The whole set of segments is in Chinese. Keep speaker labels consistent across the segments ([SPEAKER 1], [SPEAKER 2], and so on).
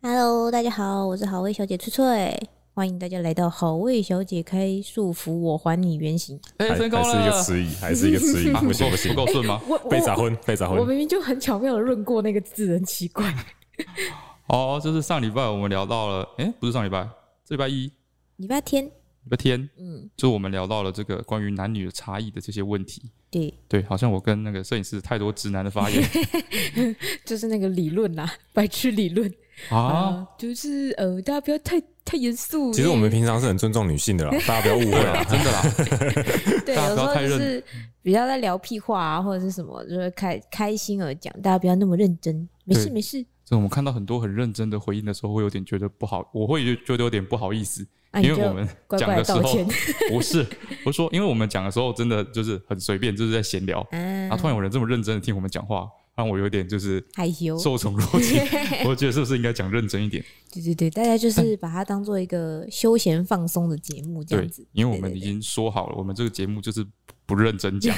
[SPEAKER 1] Hello，大家好，我是好味小姐翠翠，欢迎大家来到好味小姐开束缚我还你原形。
[SPEAKER 2] 哎、
[SPEAKER 3] 还
[SPEAKER 2] 成功
[SPEAKER 3] 还是一
[SPEAKER 2] 了
[SPEAKER 3] 个！词语，还是一个词语，
[SPEAKER 2] 啊，
[SPEAKER 3] 不
[SPEAKER 2] 不行
[SPEAKER 3] 行不
[SPEAKER 2] 不
[SPEAKER 3] 行
[SPEAKER 2] 行，不，够顺吗？
[SPEAKER 1] 哎我
[SPEAKER 3] 被砸昏，被砸
[SPEAKER 1] 我
[SPEAKER 3] 昏。
[SPEAKER 1] 明明就很巧妙的润过那个字，很奇怪。
[SPEAKER 2] 哦，就是上礼拜我们聊到了，哎、不是上礼拜，这礼拜一、礼
[SPEAKER 1] 礼拜天，
[SPEAKER 2] 拜天，
[SPEAKER 1] 嗯，
[SPEAKER 2] 就我们聊到了这个关于男女的差异的这些问题。
[SPEAKER 1] 对，
[SPEAKER 2] 对，好像我跟那个摄影师太多直男的 发言
[SPEAKER 4] 就是那个理论啦，白痴理论
[SPEAKER 2] 啊，，
[SPEAKER 4] 就是呃，大家不要太太严肃。
[SPEAKER 3] 其实我们平常是很尊重女性的啦，大家不要误会
[SPEAKER 2] 对啊，
[SPEAKER 3] 啊。
[SPEAKER 2] 真的啦，
[SPEAKER 4] 对
[SPEAKER 2] 大家
[SPEAKER 4] 有
[SPEAKER 2] 不
[SPEAKER 4] 时
[SPEAKER 2] 要
[SPEAKER 4] 候
[SPEAKER 2] 太
[SPEAKER 4] 就
[SPEAKER 2] 认
[SPEAKER 4] 是比较在聊屁话啊，或者是什么，就是开开心而讲，大家不要那么认真，没事
[SPEAKER 2] 对
[SPEAKER 4] 没事。
[SPEAKER 2] 就我们看到很多很认真的回应的时候，会有点觉得不好，我会觉得有点不好意思，
[SPEAKER 4] 啊你
[SPEAKER 2] 因为
[SPEAKER 4] 就
[SPEAKER 2] 我们
[SPEAKER 4] 乖
[SPEAKER 2] 讲
[SPEAKER 4] 乖
[SPEAKER 2] 的时
[SPEAKER 4] 道
[SPEAKER 2] 候
[SPEAKER 4] 歉
[SPEAKER 2] 不是，我说，因为我们讲的时候真的就是很随便，就是在闲聊，
[SPEAKER 4] 嗯
[SPEAKER 2] 然后
[SPEAKER 1] 啊，
[SPEAKER 2] 突然有人这么认真的听我们讲话，让我有点就是
[SPEAKER 1] 害
[SPEAKER 4] 哦
[SPEAKER 1] 羞。
[SPEAKER 2] 受宠若 惊。我觉得是不是应该讲认真一点？
[SPEAKER 1] 对对对，大家就是把它当做一个休闲放松的节目这
[SPEAKER 2] 对
[SPEAKER 1] 样子，。
[SPEAKER 2] 因为我们
[SPEAKER 1] 对
[SPEAKER 2] 已
[SPEAKER 1] 对
[SPEAKER 2] 经说好了，我们这个节目就是不认真 讲，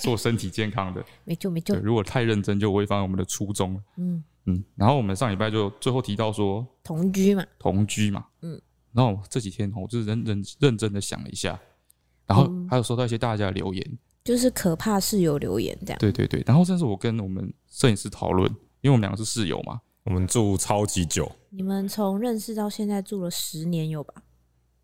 [SPEAKER 2] 做身体健康的。
[SPEAKER 1] 没错没错
[SPEAKER 2] 对，，如果太认真，就违反我们的初衷了。
[SPEAKER 1] 嗯，
[SPEAKER 2] 嗯，然后我们上礼拜就最后提到说
[SPEAKER 1] 同居嘛，
[SPEAKER 2] 同居嘛，嗯
[SPEAKER 1] 嗯，
[SPEAKER 2] 然后这几天哦我就是认认认真的想了一下，然后
[SPEAKER 1] 嗯
[SPEAKER 2] 还有收到一些大家的留言，
[SPEAKER 1] 就是可怕室友留言这样。
[SPEAKER 2] 对对对，然后甚至我跟我们摄影师讨论，因为我们两个是室友嘛，
[SPEAKER 3] 我们住超级久，
[SPEAKER 1] 你们从认识到现在住了十年有吧？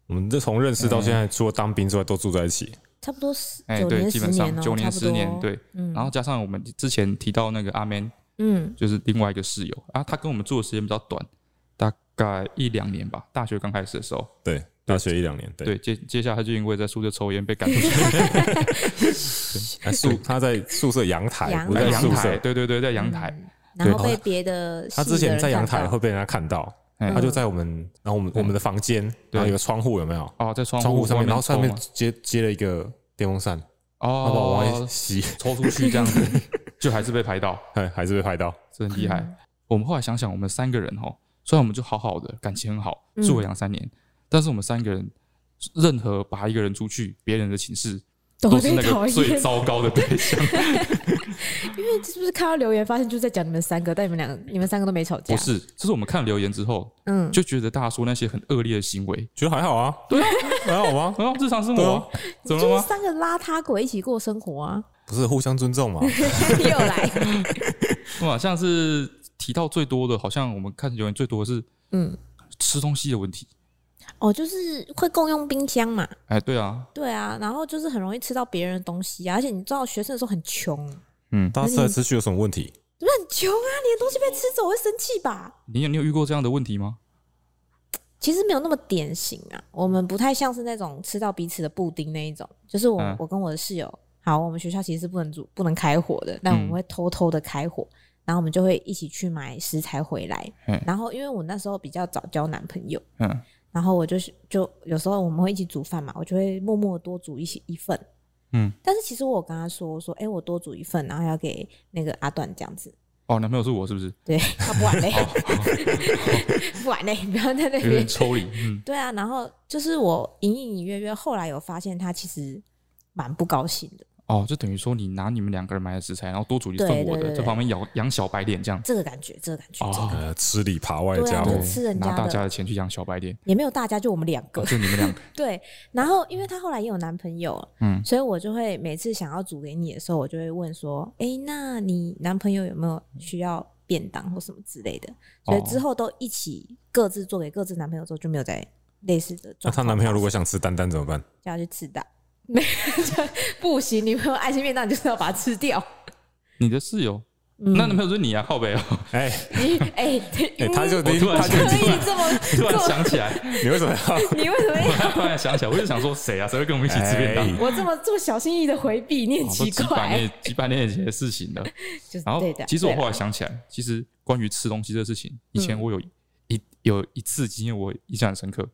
[SPEAKER 3] 我们这从认识到现在，除了当兵之外都住在一起。
[SPEAKER 1] 差不多十
[SPEAKER 2] 哎，
[SPEAKER 1] 九
[SPEAKER 2] 对，
[SPEAKER 1] 年
[SPEAKER 2] 基
[SPEAKER 1] 十
[SPEAKER 2] 本
[SPEAKER 1] 年
[SPEAKER 2] 上
[SPEAKER 1] 哦，
[SPEAKER 2] 九年
[SPEAKER 1] 差不
[SPEAKER 2] 十
[SPEAKER 1] 多
[SPEAKER 2] 年，，对，
[SPEAKER 1] 嗯，
[SPEAKER 2] 然后加上我们之前提到那个阿 Man，
[SPEAKER 1] 嗯
[SPEAKER 2] 就是另外一个室友啊，他跟我们住的时间比较短，大概一两年吧，大学刚开始的时候，
[SPEAKER 3] 对，大学一两年。对，
[SPEAKER 2] 对，接接下来他就因为在宿舍抽烟被赶出去，
[SPEAKER 3] 还宿他在宿舍阳台，
[SPEAKER 1] 阳
[SPEAKER 3] 不
[SPEAKER 1] 台
[SPEAKER 3] 在
[SPEAKER 2] 在阳
[SPEAKER 3] 宿
[SPEAKER 2] 台，
[SPEAKER 3] 舍。
[SPEAKER 2] 对对对，在阳台，
[SPEAKER 1] 嗯然后
[SPEAKER 3] 对
[SPEAKER 1] 被别的
[SPEAKER 3] 他
[SPEAKER 1] 系
[SPEAKER 3] 之
[SPEAKER 1] 的
[SPEAKER 3] 前
[SPEAKER 1] 人
[SPEAKER 3] 在阳
[SPEAKER 1] 看
[SPEAKER 3] 台
[SPEAKER 1] 到
[SPEAKER 3] 会被人家看到，
[SPEAKER 2] 哎
[SPEAKER 3] 他就在我们，然后我们我们的房间，然后有个窗户，有没有？
[SPEAKER 2] 哦，在窗
[SPEAKER 3] 窗户上
[SPEAKER 2] 外
[SPEAKER 3] 面，然后上面
[SPEAKER 2] 抽嘛
[SPEAKER 3] 接接了一个电风扇，他把我往外
[SPEAKER 2] 哦，
[SPEAKER 3] 吸，
[SPEAKER 2] 抽出去这样子， 就还是被拍到，
[SPEAKER 3] 哎， 还是被拍到。
[SPEAKER 2] 这很厉害。我们后来想想，我们三个人哦，虽然我们就好好的，感情很好，住了两三年，但是我们三个人，任何拔一个人出去别人的寝室，都
[SPEAKER 4] 都
[SPEAKER 2] 是
[SPEAKER 4] 被
[SPEAKER 2] 那
[SPEAKER 4] 讨
[SPEAKER 2] 个最
[SPEAKER 4] 厌。
[SPEAKER 2] 糟糕的对象。
[SPEAKER 4] 因为是不是看到留言发现就是在讲你们三个，但你们两个你们三个都没吵架
[SPEAKER 2] 不？是，就是我们看留言之后，
[SPEAKER 4] 嗯，
[SPEAKER 2] 就觉得大家说那些很恶劣的行为，
[SPEAKER 3] 觉得还好啊，对，还好吗？
[SPEAKER 2] 然后日常生活啊怎么
[SPEAKER 1] 就
[SPEAKER 2] 了
[SPEAKER 1] 是
[SPEAKER 2] 吗？
[SPEAKER 1] 三个邋遢鬼一起过生活啊，
[SPEAKER 3] 不是互相尊重嘛？
[SPEAKER 1] 又来，
[SPEAKER 2] 哇，像是提到最多的，好像我们看留言最多的是
[SPEAKER 1] 嗯，
[SPEAKER 2] 吃东西的问题。
[SPEAKER 1] 哦，就是会共用冰箱嘛，
[SPEAKER 2] 哎，对啊，
[SPEAKER 1] 对啊，然后就是很容易吃到别人的东西啊，而且你知道学生的时候很穷，
[SPEAKER 2] 嗯，
[SPEAKER 3] 大家吃来吃去有什么问题？
[SPEAKER 1] 你们很穷啊，你的东西被吃走会生气吧？
[SPEAKER 2] 你有你有遇过这样的问题吗？
[SPEAKER 1] 其实没有那么典型啊，我们不太像是那种吃到彼此的布丁那一种，就是我、
[SPEAKER 2] 嗯
[SPEAKER 1] 我跟我的室友，好，我们学校其实是不能煮不能开火的，但我们
[SPEAKER 2] 嗯
[SPEAKER 1] 会偷偷的开火，然后我们就会一起去买食材回来
[SPEAKER 2] 嗯，
[SPEAKER 1] 然后因为我那时候比较早交男朋友，
[SPEAKER 2] 嗯，
[SPEAKER 1] 然后我就是就有时候我们会一起煮饭嘛，我就会默默地多煮一些一份，
[SPEAKER 2] 嗯，
[SPEAKER 1] 但是其实我有跟他说，我说，哎、我多煮一份，然后要给那个阿段这样子，
[SPEAKER 2] 哦，男朋友是我是不是？
[SPEAKER 1] 对，他不玩嘞， 不玩嘞，不要在那
[SPEAKER 2] 有点
[SPEAKER 1] 边。
[SPEAKER 2] 抽离，嗯，
[SPEAKER 1] 对啊，然后就是我隐隐约约后来有发现他其实蛮不高兴的，
[SPEAKER 2] 哦，就等于说你拿你们两个人买的食材，然后多煮一份
[SPEAKER 1] 对
[SPEAKER 2] 我的，
[SPEAKER 1] 对对
[SPEAKER 2] 在旁边养养小白脸这样。
[SPEAKER 1] 这个感觉，这个感觉，
[SPEAKER 2] 哦
[SPEAKER 1] 这个感觉
[SPEAKER 3] 呃，吃里扒外的
[SPEAKER 1] 对
[SPEAKER 3] 家
[SPEAKER 1] 啊
[SPEAKER 3] 伙
[SPEAKER 1] 就，吃人家
[SPEAKER 2] 拿
[SPEAKER 1] 的
[SPEAKER 2] 大家的钱去养小白脸，
[SPEAKER 1] 也没有大家，就我们两个
[SPEAKER 2] 哦。就你们两个，
[SPEAKER 1] 对，然后因为她后来也有男朋友，
[SPEAKER 2] 嗯
[SPEAKER 1] 所以我就会每次想要煮给你的时候，我就会问说：“哎，那你男朋友有没有需要便当或什么之类的？”
[SPEAKER 2] 哦
[SPEAKER 1] 所以之后都一起各自做给各自男朋友之后，就没有再类似的
[SPEAKER 3] 那
[SPEAKER 1] 状况发
[SPEAKER 3] 她
[SPEAKER 1] 生。
[SPEAKER 3] 男朋友如果想吃丹丹怎么办？
[SPEAKER 1] 叫他去吃的，没有 不行，女朋友爱心便当你就是要把它吃掉。
[SPEAKER 2] 你的室友，
[SPEAKER 1] 嗯
[SPEAKER 2] 那男朋友就是你啊，靠 北哦。
[SPEAKER 3] 哎
[SPEAKER 1] 你哎，
[SPEAKER 3] 哎，他就
[SPEAKER 2] 我突然
[SPEAKER 3] 他就
[SPEAKER 1] 可 以这么
[SPEAKER 2] 突然
[SPEAKER 1] 这么，
[SPEAKER 2] 想起来，
[SPEAKER 3] 你为什么要？
[SPEAKER 1] 你为什么
[SPEAKER 2] 我
[SPEAKER 1] 要
[SPEAKER 2] 突然想起来，我就想说谁啊？谁会跟我们一起吃便当？
[SPEAKER 3] 哎
[SPEAKER 1] 我这么这么小心翼翼的回避？你很
[SPEAKER 2] 哦
[SPEAKER 1] 奇
[SPEAKER 2] 都几百
[SPEAKER 1] 怪，
[SPEAKER 2] 年几百年以前的事情了。
[SPEAKER 1] 就是
[SPEAKER 2] 然后
[SPEAKER 1] 对的。，
[SPEAKER 2] 其实我
[SPEAKER 1] 对的嗯
[SPEAKER 2] 后来想起来，其实关于吃东西这事情，以前我有一有一次经验，我印象很深刻，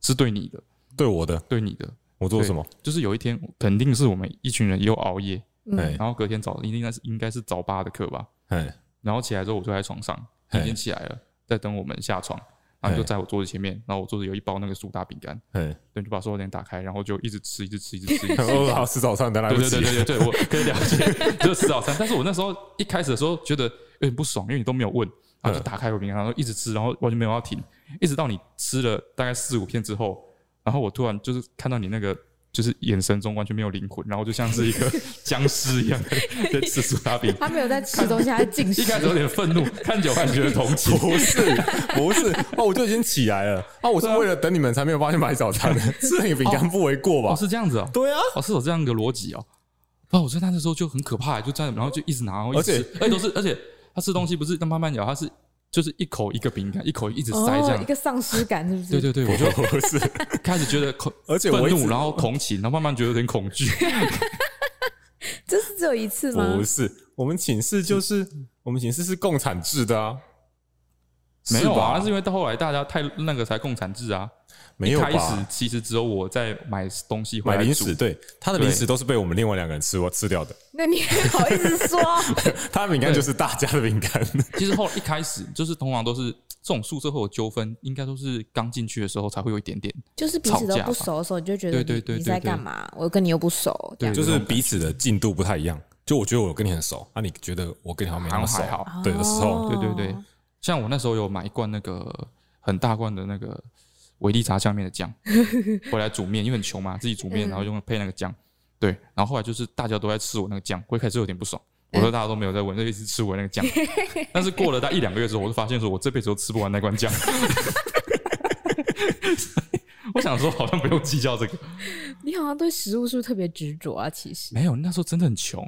[SPEAKER 2] 是对你的，
[SPEAKER 3] 对我的，
[SPEAKER 2] 对你的，
[SPEAKER 3] 我做什么？
[SPEAKER 2] 就是有一天肯定是我们一群人又熬夜，
[SPEAKER 1] 嗯
[SPEAKER 3] 哎
[SPEAKER 2] 然后隔天早应该是应该是早八的课吧，
[SPEAKER 3] 哎，
[SPEAKER 2] 然后起来之后我就在床上，
[SPEAKER 3] 嘿
[SPEAKER 2] 已经起来了，在等我们下床。然后就
[SPEAKER 3] 对
[SPEAKER 2] 在我桌子前面，然后我桌子有一包那个苏打饼干，
[SPEAKER 3] 嗯，
[SPEAKER 2] 对，就把所有点打开，然后就一直吃，一直吃，一直吃，一直吃。
[SPEAKER 3] 我好吃早餐的来
[SPEAKER 2] 对
[SPEAKER 3] 不
[SPEAKER 2] 对
[SPEAKER 3] 及
[SPEAKER 2] 对，对 对对，我可以了解，就是吃早餐。但是我那时候一开始的时候觉得有点不爽，因为你都没有问，
[SPEAKER 3] 嗯
[SPEAKER 2] 然后就打开我饼干，然后一直吃，然后完全没有要停，一直到你吃了大概四五片之后，然后我突然就是看到你那个。就是眼神中完全没有灵魂，然后就像是一个僵尸一样 在吃苏打 饼。
[SPEAKER 1] 他没有在吃东西，他在进
[SPEAKER 2] 一
[SPEAKER 1] 食。
[SPEAKER 2] 开始有点愤怒，看久看觉得同情。
[SPEAKER 3] 不 是不是哦，我就已经起来了啊！我是为了等你们才没有发现买 早餐的，吃那个饼干不为过
[SPEAKER 2] 哦，
[SPEAKER 3] 吧？
[SPEAKER 2] 是这样子哦，
[SPEAKER 3] 对啊，
[SPEAKER 2] 哦，是有这样一个逻辑哦。不，我觉得他那时候就很可怕，就站着，然后就一直拿，然后一直吃，哎而且都是，而且他吃东西不是慢慢咬，他是就是一口一个饼干，一口一直塞这
[SPEAKER 1] 哦，一
[SPEAKER 2] 样。
[SPEAKER 1] 个丧失感是不是？
[SPEAKER 2] 对对对，我就
[SPEAKER 3] 不 是，
[SPEAKER 2] 开始觉得恐，
[SPEAKER 3] 而且
[SPEAKER 2] 愤
[SPEAKER 3] 我一直
[SPEAKER 2] 怒，然后同情，然后慢慢觉得有点恐 惧。
[SPEAKER 1] 这是只有一次吗
[SPEAKER 3] 不？是，我们寝室就是我们寝室是共产制的啊，
[SPEAKER 2] 没有啊，那是
[SPEAKER 3] 是吧
[SPEAKER 2] 因为到后来大家太那个才共产制啊。
[SPEAKER 3] 没有
[SPEAKER 2] 一开始
[SPEAKER 3] 吧？
[SPEAKER 2] 其实只有我在买东西回
[SPEAKER 3] 买
[SPEAKER 2] 来
[SPEAKER 3] 零
[SPEAKER 2] 煮
[SPEAKER 3] 食，，对，他的
[SPEAKER 2] 对
[SPEAKER 3] 零食都是被我们另外两个人吃我吃掉的，
[SPEAKER 1] 那你还好意思 说？
[SPEAKER 3] 他的饼干就是大家的饼干，
[SPEAKER 2] 其实后来一开始就是通常都是这种宿舍会有纠纷，应该都是刚进去的时候才会有一点点。
[SPEAKER 1] 就是彼此都
[SPEAKER 2] 吵架吧
[SPEAKER 1] 不熟的时候，你就觉得
[SPEAKER 2] 对对
[SPEAKER 1] 你
[SPEAKER 2] 对对
[SPEAKER 1] 你在
[SPEAKER 2] 对
[SPEAKER 1] 干嘛？我跟你又不熟，这
[SPEAKER 2] 对
[SPEAKER 1] 样
[SPEAKER 3] 就是彼此的进度不太一样。就我觉得我跟你很熟，啊，你觉得我跟你好像没那么熟
[SPEAKER 2] 好像还好，
[SPEAKER 3] 对的时候，
[SPEAKER 2] 对对
[SPEAKER 1] 哦
[SPEAKER 2] 对，像我那时候有买一罐那个很大罐的那个维力炸酱面 的酱回来煮面，因为很穷嘛，自己煮
[SPEAKER 1] 嗯
[SPEAKER 2] 面，然后用配那个酱。对，然后后来就是大家都在吃我那个酱，我一开始有点不爽，我
[SPEAKER 1] 嗯
[SPEAKER 2] 说大家都没有在闻，就一直吃我那个酱。但是过了大概一两个月之后，我就发现说我这辈子都吃不完那罐酱。 我想说，好像不用计较这个。
[SPEAKER 1] 你好像对食物是不是特别执着啊？其实，
[SPEAKER 2] 没有，那时候真的很穷，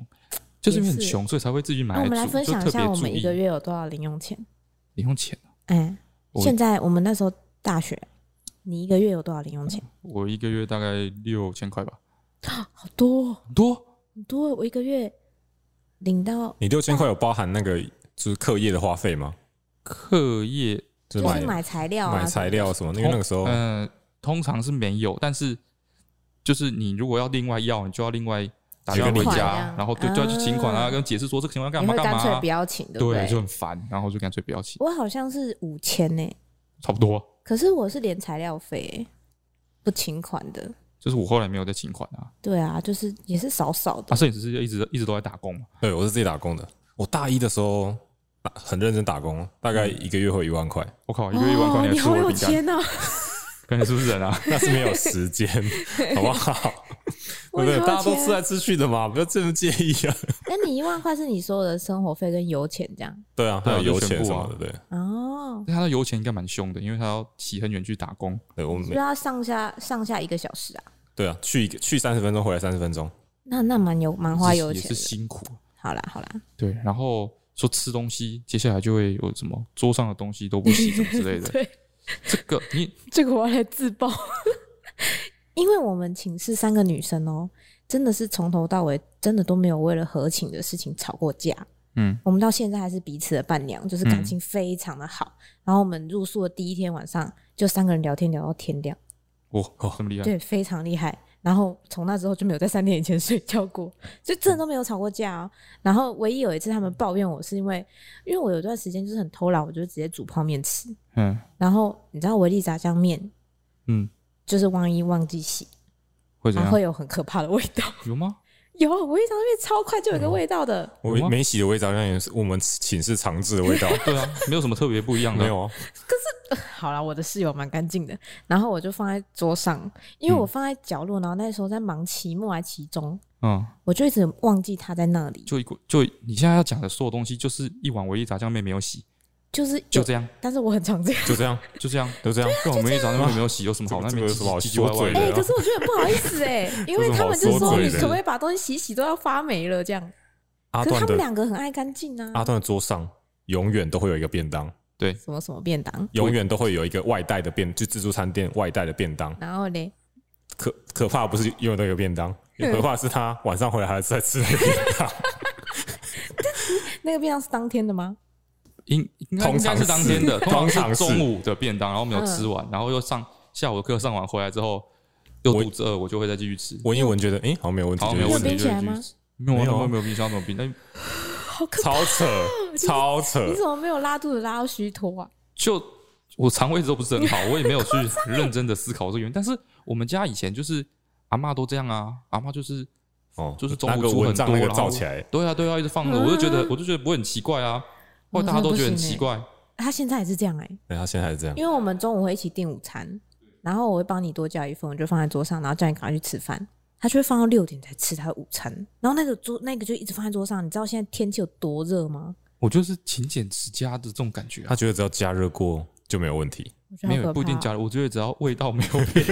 [SPEAKER 2] 就是因为很
[SPEAKER 1] 也是
[SPEAKER 2] 穷，所以才会自己买
[SPEAKER 1] 那我们
[SPEAKER 2] 来
[SPEAKER 1] 来
[SPEAKER 2] 煮
[SPEAKER 1] 分
[SPEAKER 2] 就
[SPEAKER 1] 享一
[SPEAKER 2] 特别
[SPEAKER 1] 下我
[SPEAKER 2] 注
[SPEAKER 1] 们一
[SPEAKER 2] 意
[SPEAKER 1] 个月有多少零用钱。
[SPEAKER 2] 零用钱。
[SPEAKER 1] 哎，
[SPEAKER 2] 我
[SPEAKER 1] 现在我们那时候大学，你一个月有多少零用钱？
[SPEAKER 2] 我一个月大概六千块吧，
[SPEAKER 1] 好多哦
[SPEAKER 2] 很多。
[SPEAKER 1] 很多哦，我一个月领到
[SPEAKER 3] 你六千块有包含那个就是课业的花费吗？
[SPEAKER 2] 课业
[SPEAKER 1] 就
[SPEAKER 3] 就
[SPEAKER 1] 是
[SPEAKER 3] 买
[SPEAKER 1] 买材料啊，
[SPEAKER 3] 买材料什么？因为那个时候
[SPEAKER 2] 呃，通常是没有，但是就是你如果要另外要，你就要另外打电话回
[SPEAKER 3] 请款
[SPEAKER 1] 这
[SPEAKER 2] 家，
[SPEAKER 1] 样
[SPEAKER 2] 然后就就要去请款啊，
[SPEAKER 1] 啊
[SPEAKER 2] 跟解释说这个情况干
[SPEAKER 1] 你
[SPEAKER 2] 嘛
[SPEAKER 1] 会
[SPEAKER 2] 干
[SPEAKER 1] 干
[SPEAKER 2] 嘛
[SPEAKER 1] 脆
[SPEAKER 2] 啊
[SPEAKER 1] 不，要请，对不
[SPEAKER 2] 对，就很烦，然后就干脆不要请，
[SPEAKER 1] 我好像是五千呢，
[SPEAKER 2] 差不多。
[SPEAKER 1] 可是我是连材料费欸不请款的。
[SPEAKER 2] 就是我后来没有再请款啊，
[SPEAKER 1] 对啊，就是也是少少的
[SPEAKER 2] 啊，，摄影师就一直一直都在打工嘛，
[SPEAKER 3] 对，我是自己打工的。我大一的时候啊很认真打工，大概一个月会一万块，
[SPEAKER 2] 我靠，一个月一万块
[SPEAKER 1] 哦
[SPEAKER 2] 还
[SPEAKER 1] 你
[SPEAKER 2] 吃
[SPEAKER 1] 好
[SPEAKER 2] 我
[SPEAKER 1] 有
[SPEAKER 2] 的饼 干，
[SPEAKER 1] 钱哦！
[SPEAKER 2] 感觉是不是人啊？
[SPEAKER 3] 那是没有时 间，好不好？对
[SPEAKER 1] 我
[SPEAKER 3] 不
[SPEAKER 1] 也
[SPEAKER 3] 对？
[SPEAKER 1] 好有
[SPEAKER 3] 大家都
[SPEAKER 1] 钱
[SPEAKER 3] 吃来吃去的嘛，不要这么介意啊。
[SPEAKER 1] 那你一万块是你所有的生活费跟油钱这样
[SPEAKER 3] 对啊，还
[SPEAKER 2] 对啊
[SPEAKER 3] 有油
[SPEAKER 2] 就全
[SPEAKER 3] 钱
[SPEAKER 2] 部
[SPEAKER 3] 什
[SPEAKER 2] 啊
[SPEAKER 3] 么的，对
[SPEAKER 1] 哦，
[SPEAKER 2] 但他的油钱应该蛮凶的，因为他要骑很远去打工，
[SPEAKER 3] 对，我
[SPEAKER 1] 就
[SPEAKER 3] 们
[SPEAKER 1] 要上下上下一个小时啊，
[SPEAKER 3] 对啊，去一个去三十分钟，回来三十分钟，
[SPEAKER 1] 那那蛮有蛮花油
[SPEAKER 2] 也
[SPEAKER 1] 钱
[SPEAKER 2] 是
[SPEAKER 1] 的。
[SPEAKER 2] 辛苦。
[SPEAKER 1] 好啦好啦，
[SPEAKER 2] 对，然后说吃东西，接下来就会有什么桌上的东西都不洗什么之类的。
[SPEAKER 1] 对，
[SPEAKER 2] 这个你
[SPEAKER 1] 这个我要来自爆， 因为我们寝室三个女生哦、真的是从头到尾真的都没有为了合寝的事情吵过架。
[SPEAKER 2] 嗯，
[SPEAKER 1] 我们到现在还是彼此的伴娘，就是感情非常的好。然后我们入宿的第一天晚上，就三个人聊天聊到天亮，
[SPEAKER 2] 哇、哦这么厉害！
[SPEAKER 1] 对，非常厉害。然后从那之后就没有在三点以前 睡觉过，就真的都没有吵过架哦、然后唯一有一次他们抱怨我是因为，因为我有段时间就是很偷懒，我就直接煮泡面吃。
[SPEAKER 2] 嗯
[SPEAKER 1] 然后你知道维力炸酱面
[SPEAKER 2] 嗯，
[SPEAKER 1] 就是万一忘记洗，
[SPEAKER 2] 会怎
[SPEAKER 1] 它
[SPEAKER 2] 样？
[SPEAKER 1] 啊会有很可怕的味道。
[SPEAKER 2] 有吗？
[SPEAKER 1] 有维力炸酱面超快就有一个味道的，
[SPEAKER 3] 我
[SPEAKER 2] 有吗，
[SPEAKER 3] 没洗的味道，那也是我们寝室常制的味道
[SPEAKER 2] 对啊，没有什么特别不一样的。
[SPEAKER 3] 没有啊？
[SPEAKER 1] 好啦，我的室友蛮干净的，然后我就放在桌上，因为我放在角落，然后那时候在忙期末还期中，
[SPEAKER 2] 嗯，
[SPEAKER 1] 我就一直忘记它在那里，
[SPEAKER 2] 就一个就你现在要讲的所有东西，就是一碗维力炸酱面没有洗，
[SPEAKER 1] 就是
[SPEAKER 2] 就
[SPEAKER 1] 有，
[SPEAKER 2] 这样，
[SPEAKER 1] 但是我很常这样。
[SPEAKER 3] 就这样，
[SPEAKER 2] 就这样。
[SPEAKER 3] 就这样。
[SPEAKER 2] 一碗维力炸酱面没有洗有什么好？
[SPEAKER 3] 这
[SPEAKER 2] 那
[SPEAKER 3] 个
[SPEAKER 2] 边
[SPEAKER 3] 这个有什么好
[SPEAKER 2] 唧唧唧歪歪
[SPEAKER 3] 说嘴
[SPEAKER 2] 的
[SPEAKER 3] 的
[SPEAKER 1] 哎、
[SPEAKER 3] 对啊
[SPEAKER 1] 可是我觉得很不好意思 哎、因为
[SPEAKER 3] 有什么
[SPEAKER 1] 他们就
[SPEAKER 3] 好说
[SPEAKER 1] 说
[SPEAKER 3] 嘴
[SPEAKER 1] 你
[SPEAKER 3] 的
[SPEAKER 1] 可不可以把东西洗一洗，都要发霉了这样。
[SPEAKER 3] 阿
[SPEAKER 1] 可是
[SPEAKER 3] 段
[SPEAKER 1] 他们
[SPEAKER 3] 的
[SPEAKER 1] 两个很爱干净啊，
[SPEAKER 3] 阿段的桌上永远都会有一个便当，
[SPEAKER 1] 什么什么便当，
[SPEAKER 3] 永远都会有一个外带的便，就自助餐店外带的便当。
[SPEAKER 1] 然后嘞，
[SPEAKER 3] 可可怕的不是拥有那个便当，
[SPEAKER 1] 嗯
[SPEAKER 3] 可怕的是他晚上回来还是在吃那个便 当。
[SPEAKER 1] 那个便当是当天的吗？
[SPEAKER 2] 应应该
[SPEAKER 3] 通
[SPEAKER 2] 应该
[SPEAKER 3] 常
[SPEAKER 2] 是当天的，
[SPEAKER 3] 是
[SPEAKER 2] 通
[SPEAKER 3] 通
[SPEAKER 2] 常
[SPEAKER 3] 常
[SPEAKER 2] 是
[SPEAKER 3] 是
[SPEAKER 2] 中午的便当，然后没有吃完，然后又上下午的课上完回来之后又肚子饿，我就会再继续吃。
[SPEAKER 3] 闻一闻觉得，哎、好像没有问题，
[SPEAKER 2] 好，
[SPEAKER 3] 就
[SPEAKER 2] 没有
[SPEAKER 3] 是
[SPEAKER 2] 问
[SPEAKER 1] 有
[SPEAKER 2] 题
[SPEAKER 1] 冰
[SPEAKER 2] 就
[SPEAKER 1] 起来
[SPEAKER 2] 会继续
[SPEAKER 1] 吗
[SPEAKER 2] 吃。没有啊，
[SPEAKER 3] 没有啊
[SPEAKER 2] 那没有冰箱没有冰，但
[SPEAKER 1] 好可怕！
[SPEAKER 3] 超扯，超扯呃
[SPEAKER 1] 你。怎么没有拉肚子拉到虚脱啊？
[SPEAKER 2] 就我肠胃一直都不是很好，我也没有去认真的思考这个原因。但是我们家以前就是阿嬷都这样啊，阿嬷就是
[SPEAKER 3] 哦，
[SPEAKER 2] 就是中
[SPEAKER 3] 那
[SPEAKER 2] 午
[SPEAKER 3] 个
[SPEAKER 2] 煮
[SPEAKER 3] 蚊
[SPEAKER 2] 很
[SPEAKER 3] 帐
[SPEAKER 2] 多
[SPEAKER 3] 那个
[SPEAKER 2] 然后
[SPEAKER 3] 罩起来，
[SPEAKER 2] 对啊对啊，一直放着，我就觉得我就觉得不会很奇怪啊，或者大家都觉得很奇怪，
[SPEAKER 1] 他现在也是这样哎、
[SPEAKER 3] 对，他现在还是这样。
[SPEAKER 1] 因为我们中午会一起订午餐，然后我会帮你多叫一份，我就放在桌上，然后叫你赶快去吃饭。他就会放到六点才吃他的午餐，然后那个桌那个就一直放在桌上。你知道现在天气有多热吗？
[SPEAKER 2] 我就是勤俭持家的这种感觉啊
[SPEAKER 3] 他。觉得只要加热过就没有问题。
[SPEAKER 1] 我觉得
[SPEAKER 2] 没
[SPEAKER 1] 好可
[SPEAKER 2] 有不一定
[SPEAKER 1] 怕啊
[SPEAKER 2] 加了，我觉得只要味道没有变，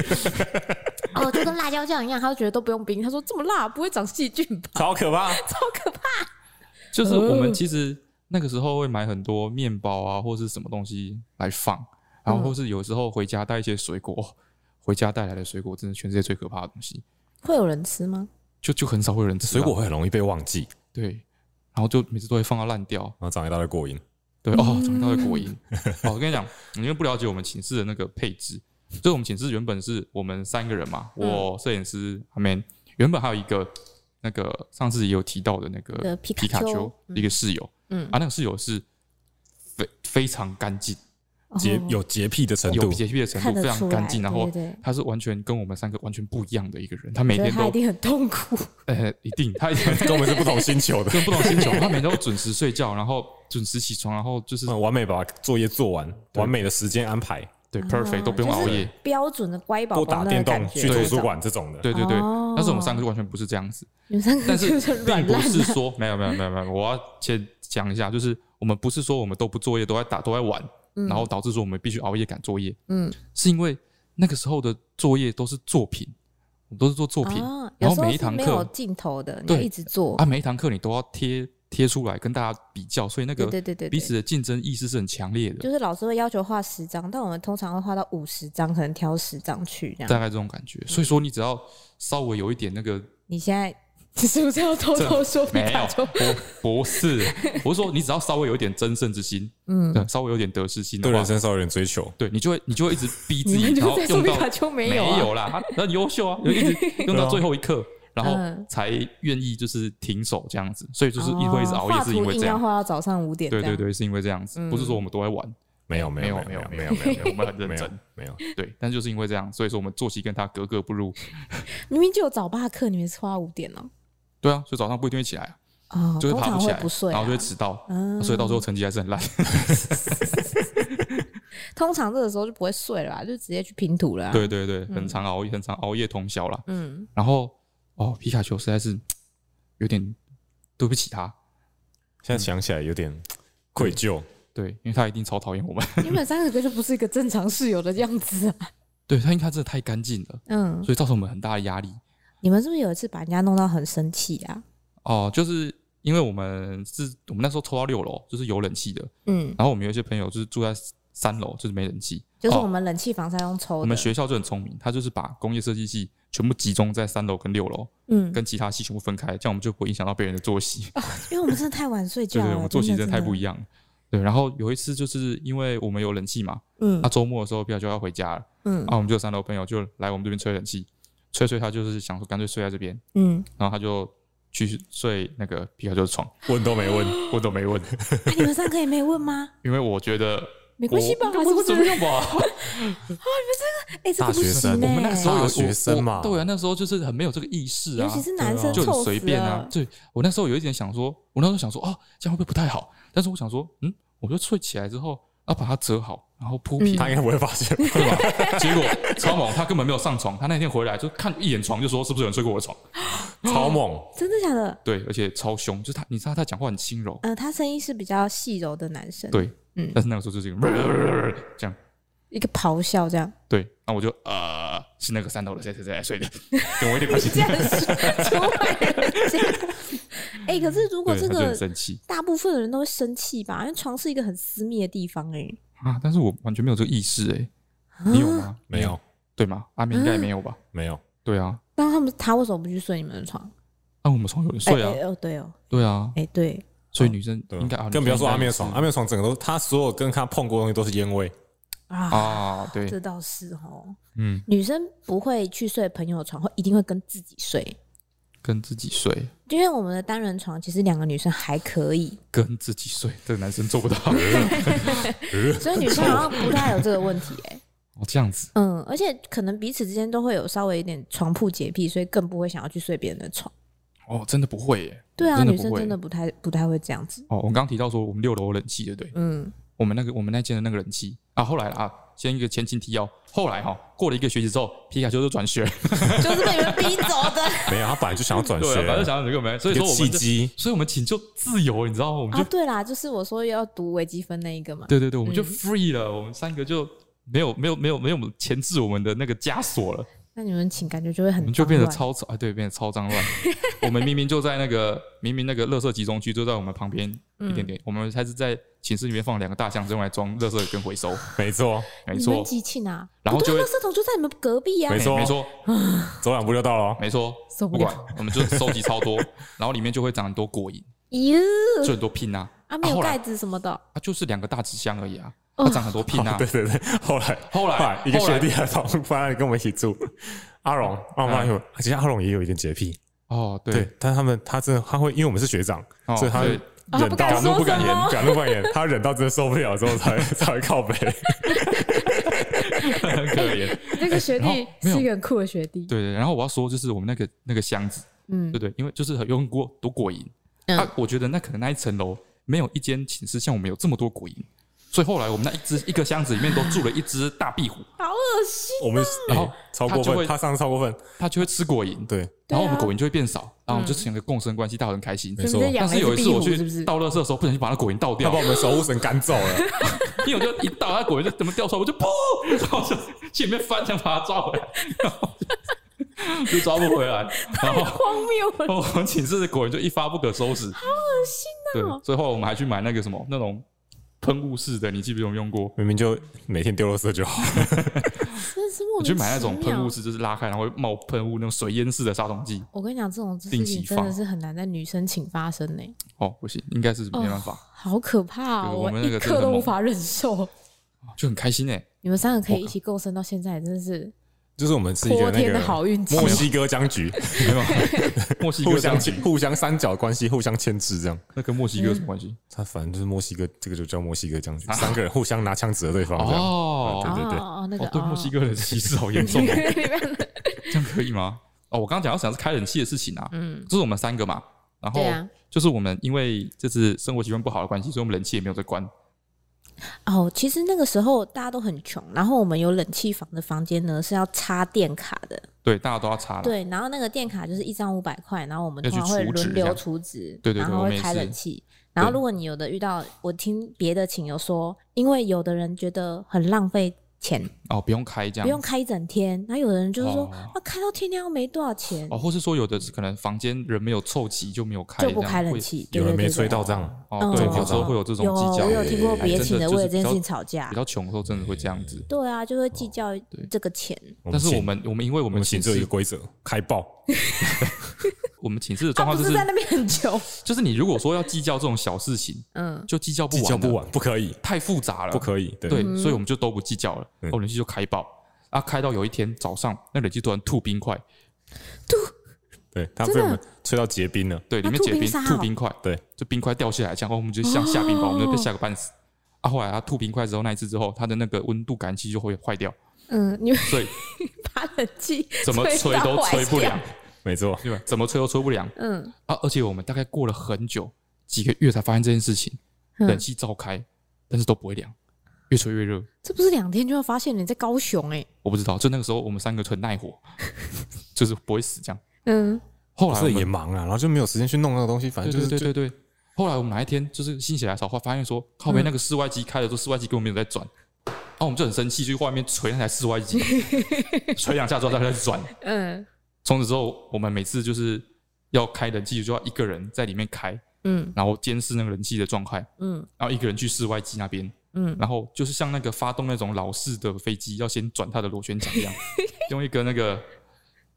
[SPEAKER 1] 哦，就跟辣椒酱一样，他就觉得都不用冰。他说这么辣不会长细菌吧？
[SPEAKER 3] 超可
[SPEAKER 2] 啊
[SPEAKER 3] 怕！
[SPEAKER 1] 超可怕！
[SPEAKER 2] 就是我们其实那个时候会买很多面包啊，或是什么东西来放，然后或是有时候回家带一些水果，哦回家带来的水果真的全世界最可怕的东西，
[SPEAKER 1] 会有人吃吗？
[SPEAKER 2] 就就很少会有人吃啊
[SPEAKER 3] 水果会很容易被忘记，
[SPEAKER 2] 对，然后就每次都会放到烂掉，
[SPEAKER 3] 然后长一大堆果蝇。
[SPEAKER 2] 对哦，长大的果蝇。 哦，我跟你讲，你因为不了解我们寝室的那个配置，所以我们寝室原本是我们三个人嘛，
[SPEAKER 1] 嗯
[SPEAKER 2] 我摄影师阿 Man，原本还有一个那个上次也有提到的那个
[SPEAKER 1] 呃皮卡
[SPEAKER 2] 卡
[SPEAKER 1] 丘
[SPEAKER 2] 丘一个室友，
[SPEAKER 1] 嗯
[SPEAKER 2] 啊，那个室友是非非常干净，
[SPEAKER 3] 洁
[SPEAKER 1] 哦
[SPEAKER 3] 有洁癖的程
[SPEAKER 2] 有
[SPEAKER 3] 度，
[SPEAKER 2] 洁癖的程
[SPEAKER 1] 看
[SPEAKER 2] 度
[SPEAKER 1] 得
[SPEAKER 2] 非常
[SPEAKER 1] 出
[SPEAKER 2] 干
[SPEAKER 1] 来
[SPEAKER 2] 净，然
[SPEAKER 1] 对
[SPEAKER 2] 后
[SPEAKER 1] 对对
[SPEAKER 2] 他是完全跟我们三个完全不一样的一个人，他每
[SPEAKER 1] 觉得
[SPEAKER 2] 天
[SPEAKER 1] 他一
[SPEAKER 2] 都
[SPEAKER 1] 定很痛 苦。
[SPEAKER 2] 呃一定他 一定
[SPEAKER 3] 跟我们是不同星球的，
[SPEAKER 2] 跟不同星球，他每天都准时睡觉，然后准时起床，然后就是
[SPEAKER 3] 嗯，完美把作业做完，完美的时间安排，
[SPEAKER 2] 对 perfect 都不用
[SPEAKER 1] 哦就
[SPEAKER 2] 熬
[SPEAKER 1] 是
[SPEAKER 2] 夜。
[SPEAKER 1] 标准的乖宝
[SPEAKER 3] 多
[SPEAKER 1] 宝
[SPEAKER 3] 打
[SPEAKER 1] 那
[SPEAKER 3] 电
[SPEAKER 1] 个
[SPEAKER 3] 动
[SPEAKER 1] 感，觉。
[SPEAKER 3] 去图书馆这种的。
[SPEAKER 2] 对对对，
[SPEAKER 1] 哦
[SPEAKER 2] 但是我们三个就完全不是这样子，
[SPEAKER 1] 你们三
[SPEAKER 2] 但
[SPEAKER 1] 个
[SPEAKER 2] 是
[SPEAKER 1] 就是
[SPEAKER 2] 并
[SPEAKER 1] 软
[SPEAKER 2] 不
[SPEAKER 1] 烂
[SPEAKER 2] 是说没有没有没有没有，我要先讲一下，就是我们不是说我们都不作业，都在打都在玩，然后导致说我们必须熬夜赶作业，
[SPEAKER 1] 嗯，
[SPEAKER 2] 是因为那个时候的作业都是作品，我们都是做作品，
[SPEAKER 1] 啊，有
[SPEAKER 2] 然后
[SPEAKER 1] 时候
[SPEAKER 2] 每一
[SPEAKER 1] 是
[SPEAKER 2] 堂
[SPEAKER 1] 没有
[SPEAKER 2] 课
[SPEAKER 1] 尽头的，你
[SPEAKER 2] 对
[SPEAKER 1] 要一直做
[SPEAKER 2] 啊，。每一堂课你都要贴贴出来跟大家比较，所以那
[SPEAKER 1] 对
[SPEAKER 2] 个
[SPEAKER 1] 对对对，对
[SPEAKER 2] 彼此的竞争意识是很强烈的，
[SPEAKER 1] 就是老师会要求画十张，但我们通常会画到五十张，可能挑十张去这样。
[SPEAKER 2] 大概这种感觉。所以说你只要稍微有一点那 个
[SPEAKER 1] 你现在你是不是要偷偷说皮
[SPEAKER 2] 没
[SPEAKER 1] 卡
[SPEAKER 2] 有
[SPEAKER 1] 丘？，
[SPEAKER 2] 不不是，我是说你只要稍微有一点争胜之心，
[SPEAKER 1] 嗯，
[SPEAKER 2] 对，稍微有点得失心的
[SPEAKER 3] 对
[SPEAKER 2] 话
[SPEAKER 3] 人，生稍有点追求，
[SPEAKER 2] 对你就会你就会一直逼自
[SPEAKER 1] 你
[SPEAKER 2] 己
[SPEAKER 1] 们，
[SPEAKER 2] 然
[SPEAKER 1] 就
[SPEAKER 2] 后
[SPEAKER 1] 在说
[SPEAKER 2] 用
[SPEAKER 1] 皮
[SPEAKER 2] 到
[SPEAKER 1] 卡丘没
[SPEAKER 2] 没
[SPEAKER 1] 有啊？
[SPEAKER 2] 啦，他很优秀啊，就 一直用到最后一刻，然后
[SPEAKER 1] 嗯
[SPEAKER 2] 才愿意就是停手这样子，所以就是
[SPEAKER 1] 哦
[SPEAKER 2] 一会一直熬夜
[SPEAKER 1] 画
[SPEAKER 2] 是因
[SPEAKER 1] 图
[SPEAKER 2] 为
[SPEAKER 1] 硬
[SPEAKER 2] 这
[SPEAKER 1] 要
[SPEAKER 2] 样。
[SPEAKER 1] 画嗯到早上五点。
[SPEAKER 2] 对对，对，是因为这样子，不是说我们都在玩，
[SPEAKER 3] 没有没有
[SPEAKER 2] 没
[SPEAKER 3] 没
[SPEAKER 2] 有
[SPEAKER 3] 有
[SPEAKER 2] 没
[SPEAKER 3] 没
[SPEAKER 2] 有
[SPEAKER 3] 有没有，
[SPEAKER 2] 我们很认
[SPEAKER 3] 没有
[SPEAKER 2] 真，
[SPEAKER 3] 没有
[SPEAKER 2] 对，但就是因为这样，所以说我们作息跟他格格不入。
[SPEAKER 1] 明明就有早八课，你们是画五点哦。
[SPEAKER 2] 对啊，所以早上不一定会起来啊，
[SPEAKER 1] 啊，
[SPEAKER 2] 就
[SPEAKER 1] 通
[SPEAKER 2] 会爬
[SPEAKER 1] 常
[SPEAKER 2] 起
[SPEAKER 1] 会
[SPEAKER 2] 来
[SPEAKER 1] 不，睡啊，
[SPEAKER 2] 然后就会迟到，
[SPEAKER 1] 嗯
[SPEAKER 2] 所以到时候成绩还是很烂。
[SPEAKER 1] 通常这个时候就不会睡了啦，就直接去拼图了啊。
[SPEAKER 2] 对对对，很常熬夜，很常熬夜通宵啦。
[SPEAKER 1] 嗯，
[SPEAKER 2] 然后哦，皮卡丘实在是有点对不起他，
[SPEAKER 3] 现在想起来有点愧疚，
[SPEAKER 2] 对，因为他一定超讨厌我们。
[SPEAKER 1] 你们三个哥就不是一个正常室友的样子啊。
[SPEAKER 2] 对他，因为他真的太干净了，
[SPEAKER 1] 嗯，
[SPEAKER 2] 所以造成我们很大的压力。
[SPEAKER 1] 你们是不是有一次把人家弄到很生气啊？
[SPEAKER 2] 哦、就是因为我们是我们那时候抽到六楼，就是有冷气的，
[SPEAKER 1] 嗯，
[SPEAKER 2] 然后我们有一些朋友就是住在三楼，就是没冷气。
[SPEAKER 1] 就是
[SPEAKER 2] 哦
[SPEAKER 1] 我们冷气房是要用抽的。
[SPEAKER 2] 我们学校就很聪明，他就是把工业设计系全部集中在三楼跟六楼，
[SPEAKER 1] 嗯，
[SPEAKER 2] 跟其他系全部分开，这样我们就不会影响到别人的作息。
[SPEAKER 1] 因为我们真的太晚睡觉
[SPEAKER 2] 对
[SPEAKER 1] 了，
[SPEAKER 2] 对，我们作息
[SPEAKER 1] 真
[SPEAKER 2] 真的太不一
[SPEAKER 1] 样。
[SPEAKER 2] 样了。对，然后有一次就是因为我们有冷气嘛，
[SPEAKER 1] 嗯
[SPEAKER 2] 他周末的时候皮卡丘要回家了，
[SPEAKER 1] 嗯
[SPEAKER 2] 啊，我们就有三楼朋友就来我们这边吹冷气，吹吹他就是想说干脆睡在这边，
[SPEAKER 1] 嗯，
[SPEAKER 2] 然后他就去睡那个皮卡丘的床，
[SPEAKER 3] 问都没问，
[SPEAKER 2] 问都没问，
[SPEAKER 1] 那哎你们三个也没问吗？
[SPEAKER 2] 因为我觉得
[SPEAKER 1] 没关系吧？
[SPEAKER 2] 我
[SPEAKER 1] 还是不
[SPEAKER 2] 怎
[SPEAKER 1] 觉
[SPEAKER 2] 么
[SPEAKER 1] 得
[SPEAKER 2] 样吧？
[SPEAKER 1] 哎，这个不
[SPEAKER 3] 大学
[SPEAKER 1] 行
[SPEAKER 3] 生
[SPEAKER 1] 欸
[SPEAKER 2] 啊我们那个时候有
[SPEAKER 3] 大学生嘛
[SPEAKER 2] 我对啊，那时候就是很没有这个意识啊
[SPEAKER 1] 尤，其是男生，
[SPEAKER 2] 就
[SPEAKER 1] 臭
[SPEAKER 2] 很
[SPEAKER 1] 死
[SPEAKER 2] 随便啊
[SPEAKER 1] 了。。
[SPEAKER 2] 对我那时候有一点想说，我那时候想说哦，这样会不会不太好？但是我想说，嗯，我就睡起来之后，要把它折好，然后铺平，
[SPEAKER 3] 他应该不会发现。
[SPEAKER 2] 对吧？ 结果超猛，他根本没有上床，他那天回来就看一眼床，就说是不是有人睡过我的床？
[SPEAKER 3] 超猛，
[SPEAKER 1] 真的假的？
[SPEAKER 2] 对，而且超凶，就是他，你知道他讲话很轻柔，
[SPEAKER 1] 呃，他声音是比较细柔的男生，
[SPEAKER 2] 对，
[SPEAKER 1] 嗯
[SPEAKER 2] 但是那个时候就是一个这样，
[SPEAKER 1] 一个咆哮这样。
[SPEAKER 2] 对，那我就呃是那个三楼的谁谁谁来睡的，跟我一点关系，
[SPEAKER 1] 这样 说出来人家。哎、可是如果这
[SPEAKER 2] 对，他就很
[SPEAKER 1] 个
[SPEAKER 2] 生气
[SPEAKER 1] 大部分的人都会生气吧，因为床是一个很私密的地方、哎，
[SPEAKER 2] 啊，但是我完全没有这个意识哎、
[SPEAKER 1] 啊
[SPEAKER 2] 你有吗？
[SPEAKER 3] 没有，
[SPEAKER 2] 对吗？阿明应该也没有吧？
[SPEAKER 3] 没有，
[SPEAKER 2] 对啊，
[SPEAKER 1] 那他们他为什么不去睡你们的床？
[SPEAKER 2] 那我们床有人睡啊
[SPEAKER 1] 哎，哎哦，对哦，
[SPEAKER 2] 对啊，
[SPEAKER 1] 哎、对，
[SPEAKER 2] 所以女生
[SPEAKER 3] 对
[SPEAKER 2] 应该啊，
[SPEAKER 3] 吧，更不要说阿
[SPEAKER 2] 面
[SPEAKER 3] 面床，阿面床整个都，他所有跟他碰过的东西都是烟味，
[SPEAKER 1] 啊，
[SPEAKER 2] 啊，对，
[SPEAKER 1] 这倒是哦。
[SPEAKER 2] 嗯，
[SPEAKER 1] 女生不会去睡朋友的床，会一定会跟自己睡。
[SPEAKER 2] 跟自己睡，
[SPEAKER 1] 因为我们的单人床其实两个女生还可 以，
[SPEAKER 2] 跟自己睡，这个男生做 不到。
[SPEAKER 1] 所以女生好像不太有这个问题哎、
[SPEAKER 2] 哦，这样子，
[SPEAKER 1] 嗯，而且可能彼此之间都会有稍微一点床铺洁癖，所以更不会想要去睡别人的床。
[SPEAKER 2] 哦，真的不会耶。
[SPEAKER 1] 对啊，
[SPEAKER 2] 真的
[SPEAKER 1] 女
[SPEAKER 2] 不
[SPEAKER 1] 生
[SPEAKER 2] 会
[SPEAKER 1] 真的不太不太会这样子。
[SPEAKER 2] 哦，我们刚刚提到说我们六楼有冷气，对不对？
[SPEAKER 1] 嗯，
[SPEAKER 2] 我们那个我们那间的那个人气啊，后来啦啊，先一个前情提要，后来哈、过了一个学期之后，皮卡丘就转学，
[SPEAKER 1] 就是被你们逼走的。
[SPEAKER 3] 没有，他本来就想要 转
[SPEAKER 2] 对、
[SPEAKER 3] 学
[SPEAKER 2] 啊，反正
[SPEAKER 3] 了，
[SPEAKER 2] 想想这个没，所
[SPEAKER 3] 一
[SPEAKER 2] 以
[SPEAKER 3] 个
[SPEAKER 2] 说我
[SPEAKER 3] 契
[SPEAKER 2] 们就，
[SPEAKER 3] 机。
[SPEAKER 2] 所以我们请就自由，你知道吗？我们就、
[SPEAKER 1] 啊，对啦，就是我说要读微积分那一个嘛。
[SPEAKER 2] 对对对，我们就 free 了，我们三个就没有没有没有没有前置我们的那个枷锁了，
[SPEAKER 1] 那你们请感觉就会
[SPEAKER 2] 我
[SPEAKER 1] 很
[SPEAKER 2] 们就变得
[SPEAKER 1] 脏
[SPEAKER 2] 超脏啊，对，变得超脏乱。我们明明就在那个明明那个垃圾集中区就在我们旁边一点点，我们还是在寝室里面放两个大箱子用来装垃圾跟回收，
[SPEAKER 3] 没错，
[SPEAKER 2] 没
[SPEAKER 1] 乱你
[SPEAKER 2] 错
[SPEAKER 1] 们，几庆啊？
[SPEAKER 2] 然后
[SPEAKER 1] 不
[SPEAKER 2] 就
[SPEAKER 1] 对
[SPEAKER 2] 会
[SPEAKER 1] 啊，垃圾桶就在你们隔壁啊呀、
[SPEAKER 3] 没错
[SPEAKER 2] 没错。
[SPEAKER 3] 走两步就到了哦。
[SPEAKER 2] 没错，
[SPEAKER 1] 受不
[SPEAKER 2] 不
[SPEAKER 1] 了
[SPEAKER 2] 管，我们就收集超多， 然后里面就会长很多果蝇，
[SPEAKER 1] 咦、
[SPEAKER 2] 就很多拼啊，
[SPEAKER 1] 啊，没
[SPEAKER 2] 啊
[SPEAKER 1] 有
[SPEAKER 2] 后来
[SPEAKER 1] 盖子什么 的。
[SPEAKER 2] 啊，就是两个大纸箱而已啊，
[SPEAKER 1] 哦
[SPEAKER 2] 它长很多拼啊
[SPEAKER 3] 哦对。对对，后来
[SPEAKER 2] 后来
[SPEAKER 3] 后来一个
[SPEAKER 2] 后
[SPEAKER 3] 学
[SPEAKER 2] 来
[SPEAKER 3] 弟来跑过来跟我们一起住，阿荣，阿荣有，其实阿荣也有一点洁癖，
[SPEAKER 2] 哦，
[SPEAKER 3] 对
[SPEAKER 2] 对，，
[SPEAKER 3] 但他们他真的他会，因为我们是学长，
[SPEAKER 2] 哦
[SPEAKER 3] 所以他
[SPEAKER 2] 对
[SPEAKER 1] 啊
[SPEAKER 3] 忍
[SPEAKER 1] 不
[SPEAKER 3] 到
[SPEAKER 1] 敢说
[SPEAKER 2] 什么
[SPEAKER 3] 敢怒不敢言，他忍到真的受不了之后才 才会靠北。
[SPEAKER 2] 很可怜。
[SPEAKER 5] 那个学
[SPEAKER 2] 然后
[SPEAKER 5] 弟
[SPEAKER 2] 没有
[SPEAKER 5] 是一个很酷的学弟，
[SPEAKER 2] 对对，然后我要说就是我们那个那个箱子，
[SPEAKER 5] 嗯
[SPEAKER 2] 对不对，因为就是有很多多果蝇，
[SPEAKER 1] 嗯
[SPEAKER 2] 啊，我觉得那可能那一层楼没有一间寝室像我们有这么多果蝇，所以后来我们那一只一个箱子里面都住了一只大壁虎，
[SPEAKER 1] 好恶心！
[SPEAKER 3] 我们
[SPEAKER 2] 然后
[SPEAKER 3] 哎超过
[SPEAKER 2] 他就
[SPEAKER 3] 分，
[SPEAKER 2] 会
[SPEAKER 3] 他上次超过分，
[SPEAKER 2] 它就会吃果蝇，
[SPEAKER 3] 对，
[SPEAKER 1] 啊
[SPEAKER 2] 然后我们果蝇就会变少，然后我们就成个共生关系，大家很开心。
[SPEAKER 3] 没
[SPEAKER 1] 嗯你们
[SPEAKER 3] 错
[SPEAKER 1] 在
[SPEAKER 2] 但
[SPEAKER 1] 养
[SPEAKER 2] 是
[SPEAKER 1] 一
[SPEAKER 2] 有
[SPEAKER 1] 只
[SPEAKER 2] 一次
[SPEAKER 1] 壁
[SPEAKER 2] 我
[SPEAKER 1] 虎是不是
[SPEAKER 2] 去？倒垃圾的时候，不小心把那果蝇倒
[SPEAKER 3] 他
[SPEAKER 2] 掉
[SPEAKER 3] 把，我们守护神赶走了。
[SPEAKER 2] 因为我就一到，那果然就怎么掉出来，我就噗，然后就去里面翻墙把它抓回来，然后就就抓不回来，然
[SPEAKER 1] 荒
[SPEAKER 2] 后
[SPEAKER 5] 啊
[SPEAKER 1] 谬了！
[SPEAKER 2] 然后我们寝室的果然就一发不可收拾，好恶心啊！对，最后我们还去买那个什么那种喷雾式的，你记不记得我们用过？
[SPEAKER 3] 明明就每天丢垃圾就好，
[SPEAKER 1] 真的是莫
[SPEAKER 2] 我
[SPEAKER 1] 名
[SPEAKER 2] 去
[SPEAKER 1] 其妙。
[SPEAKER 2] 买那种喷雾式，就是拉开然后会冒喷雾那种水淹式的杀虫剂。
[SPEAKER 1] 我跟你讲，这种
[SPEAKER 2] 定
[SPEAKER 1] 事
[SPEAKER 2] 期
[SPEAKER 1] 情真
[SPEAKER 2] 放
[SPEAKER 1] 的是很难在女生寝发生呢、
[SPEAKER 2] 哦，不行，应该是没办法，
[SPEAKER 1] 好可怕、
[SPEAKER 2] 对
[SPEAKER 1] 哦，
[SPEAKER 2] 我们那
[SPEAKER 1] 一
[SPEAKER 2] 个真
[SPEAKER 1] 刻
[SPEAKER 2] 的
[SPEAKER 1] 都
[SPEAKER 2] 猛
[SPEAKER 1] 无法忍受。
[SPEAKER 2] 就很开心哎、
[SPEAKER 1] 你们三个可以一起共生到现在，真的是
[SPEAKER 3] 就是我们是一个
[SPEAKER 1] 泼
[SPEAKER 3] 那
[SPEAKER 1] 天的
[SPEAKER 3] 个
[SPEAKER 1] 好运气。
[SPEAKER 3] 墨西哥僵局，
[SPEAKER 2] 欸，没有 墨西
[SPEAKER 3] 互
[SPEAKER 2] 哥
[SPEAKER 3] 相
[SPEAKER 2] 相亲，
[SPEAKER 3] 互相三角关系，互相牵制这样。
[SPEAKER 2] 那跟墨西哥有什么关系？
[SPEAKER 3] 他反正就是墨西哥，这个就叫墨西哥僵局，三个人互相拿枪指着对方这样。
[SPEAKER 2] 啊哦
[SPEAKER 3] 对对对
[SPEAKER 1] 哦哦，那个
[SPEAKER 2] 哦，对墨西哥人的歧视好严重 哦。这样可以吗？哦，我刚刚讲到想是开冷气的事情啊，嗯，就是我们三个嘛，然后
[SPEAKER 1] 对啊
[SPEAKER 2] 就是我们因为这次生活习惯不好的关系，所以我们冷气也没有在关。
[SPEAKER 1] 哦，其实那个时候大家都很穷，然后我们有冷气房的房间呢是要插电卡的，
[SPEAKER 2] 对，大家都要插了。
[SPEAKER 1] 对，然后那个电卡就是一张五百块，然后我们
[SPEAKER 2] 啊要
[SPEAKER 1] 通
[SPEAKER 2] 去
[SPEAKER 1] 常会
[SPEAKER 2] 储值
[SPEAKER 1] 轮
[SPEAKER 2] 这
[SPEAKER 1] 流
[SPEAKER 2] 样
[SPEAKER 1] 储值，
[SPEAKER 2] 对对对
[SPEAKER 1] 然后
[SPEAKER 2] 我们
[SPEAKER 1] 会
[SPEAKER 2] 也
[SPEAKER 1] 开
[SPEAKER 2] 是
[SPEAKER 1] 冷气。然后
[SPEAKER 2] 对
[SPEAKER 1] 如果你有的遇到，我听别的寝友说，因为有的人觉得很浪费钱，
[SPEAKER 2] 哦，不用开这样，
[SPEAKER 1] 不用开一整天，然后有的人就是说，
[SPEAKER 2] 哦
[SPEAKER 1] 啊，开到天亮又没多少钱，
[SPEAKER 2] 哦，或是说有的是可能房间人没有凑齐就没有开，
[SPEAKER 1] 就不
[SPEAKER 2] 这样
[SPEAKER 1] 开冷
[SPEAKER 2] 会。
[SPEAKER 1] 气。对
[SPEAKER 3] 有人
[SPEAKER 1] 对
[SPEAKER 3] 没
[SPEAKER 1] 对
[SPEAKER 3] 吹
[SPEAKER 1] 对
[SPEAKER 3] 到账，
[SPEAKER 2] 哦
[SPEAKER 1] 嗯，
[SPEAKER 2] 对，
[SPEAKER 1] 嗯
[SPEAKER 2] 有时候会有这种
[SPEAKER 1] 有，
[SPEAKER 2] 计较。
[SPEAKER 1] 我有听过
[SPEAKER 3] 哎
[SPEAKER 1] 别
[SPEAKER 2] 真的
[SPEAKER 1] 寝的
[SPEAKER 2] 就是
[SPEAKER 1] 为了这件
[SPEAKER 2] 比较
[SPEAKER 1] 事情吵架
[SPEAKER 2] 比。较哦穷的时候真的会这样子，
[SPEAKER 1] 对啊，就会计较这个钱。
[SPEAKER 2] 但是我
[SPEAKER 3] 们
[SPEAKER 2] 们我们因为我
[SPEAKER 3] 嗯我
[SPEAKER 2] 们
[SPEAKER 3] 们寝
[SPEAKER 2] 寝
[SPEAKER 3] 室有一个
[SPEAKER 2] 室
[SPEAKER 3] 规则，开爆。
[SPEAKER 2] 我们寝室的
[SPEAKER 1] 他
[SPEAKER 2] 状
[SPEAKER 1] 啊
[SPEAKER 2] 况
[SPEAKER 1] 不
[SPEAKER 2] 就是是
[SPEAKER 1] 在那边很穷，
[SPEAKER 2] 就是你如果说要计较这种小事情，
[SPEAKER 1] 嗯，
[SPEAKER 2] 就计较不
[SPEAKER 3] 计
[SPEAKER 2] 完，啊
[SPEAKER 3] 较不，完，不可以，
[SPEAKER 2] 太复杂了，
[SPEAKER 3] 不可以。对，
[SPEAKER 2] 对，
[SPEAKER 1] 嗯
[SPEAKER 2] 所以我们就都不计较了，哦
[SPEAKER 3] 嗯
[SPEAKER 2] 我冷气就开爆。啊，开到有一天早上，那冷气突然吐冰块，
[SPEAKER 3] 对他被我们吹到结冰了。
[SPEAKER 2] 对，里面
[SPEAKER 1] 吐
[SPEAKER 2] 结
[SPEAKER 1] 冰
[SPEAKER 2] 冰
[SPEAKER 1] 沙
[SPEAKER 2] 吐
[SPEAKER 1] 哦
[SPEAKER 2] 冰块，
[SPEAKER 3] 对，
[SPEAKER 2] 就冰块掉下来，这样，哦，我们就像下冰雹，我们就被吓个半死。啊，后来他吐冰块之后，那一次之后，他的那个温度感器就会坏掉，
[SPEAKER 5] 嗯，你们
[SPEAKER 2] 所以
[SPEAKER 5] 把冷气
[SPEAKER 2] 怎么吹
[SPEAKER 5] 到
[SPEAKER 2] 都
[SPEAKER 5] 坏
[SPEAKER 2] 吹不
[SPEAKER 5] 掉
[SPEAKER 2] 凉，
[SPEAKER 3] 没错，
[SPEAKER 2] 对吧？怎么吹都吹不凉
[SPEAKER 5] 嗯，
[SPEAKER 2] 啊！而且我们大概过了很久，几个月才发现这件事情，
[SPEAKER 1] 嗯
[SPEAKER 2] 冷气照开，但是都不会凉，越吹越热。
[SPEAKER 5] 这不是两天就要发现你在高雄哎、
[SPEAKER 2] 我不知道，就那个时候我们三个很耐火， 就是不会死这样。
[SPEAKER 5] 嗯，
[SPEAKER 2] 后来我
[SPEAKER 3] 所以
[SPEAKER 2] 们
[SPEAKER 3] 也忙啊，然后就没有时间去弄那个东西，反正
[SPEAKER 2] 对
[SPEAKER 3] 就是
[SPEAKER 2] 对
[SPEAKER 3] 就
[SPEAKER 2] 对对对。后来我们哪一天就是心血来潮，发发现说
[SPEAKER 3] 嗯
[SPEAKER 2] 靠边那个室外机开了之后，室外机根本没有在转，然后我们就很生气，就去外面捶那台室外 机，捶两下之后它开始转。
[SPEAKER 5] 嗯，
[SPEAKER 2] 从此之后，我们每次就是要开冷气，就要一个人在里面开，
[SPEAKER 1] 嗯，
[SPEAKER 2] 然后监视那个冷气的状态，
[SPEAKER 1] 嗯，
[SPEAKER 2] 然后一个人去室外机那边，嗯，然后就是像那个发动那种老式的飞机，要先转它的螺旋桨一 样，用一个那个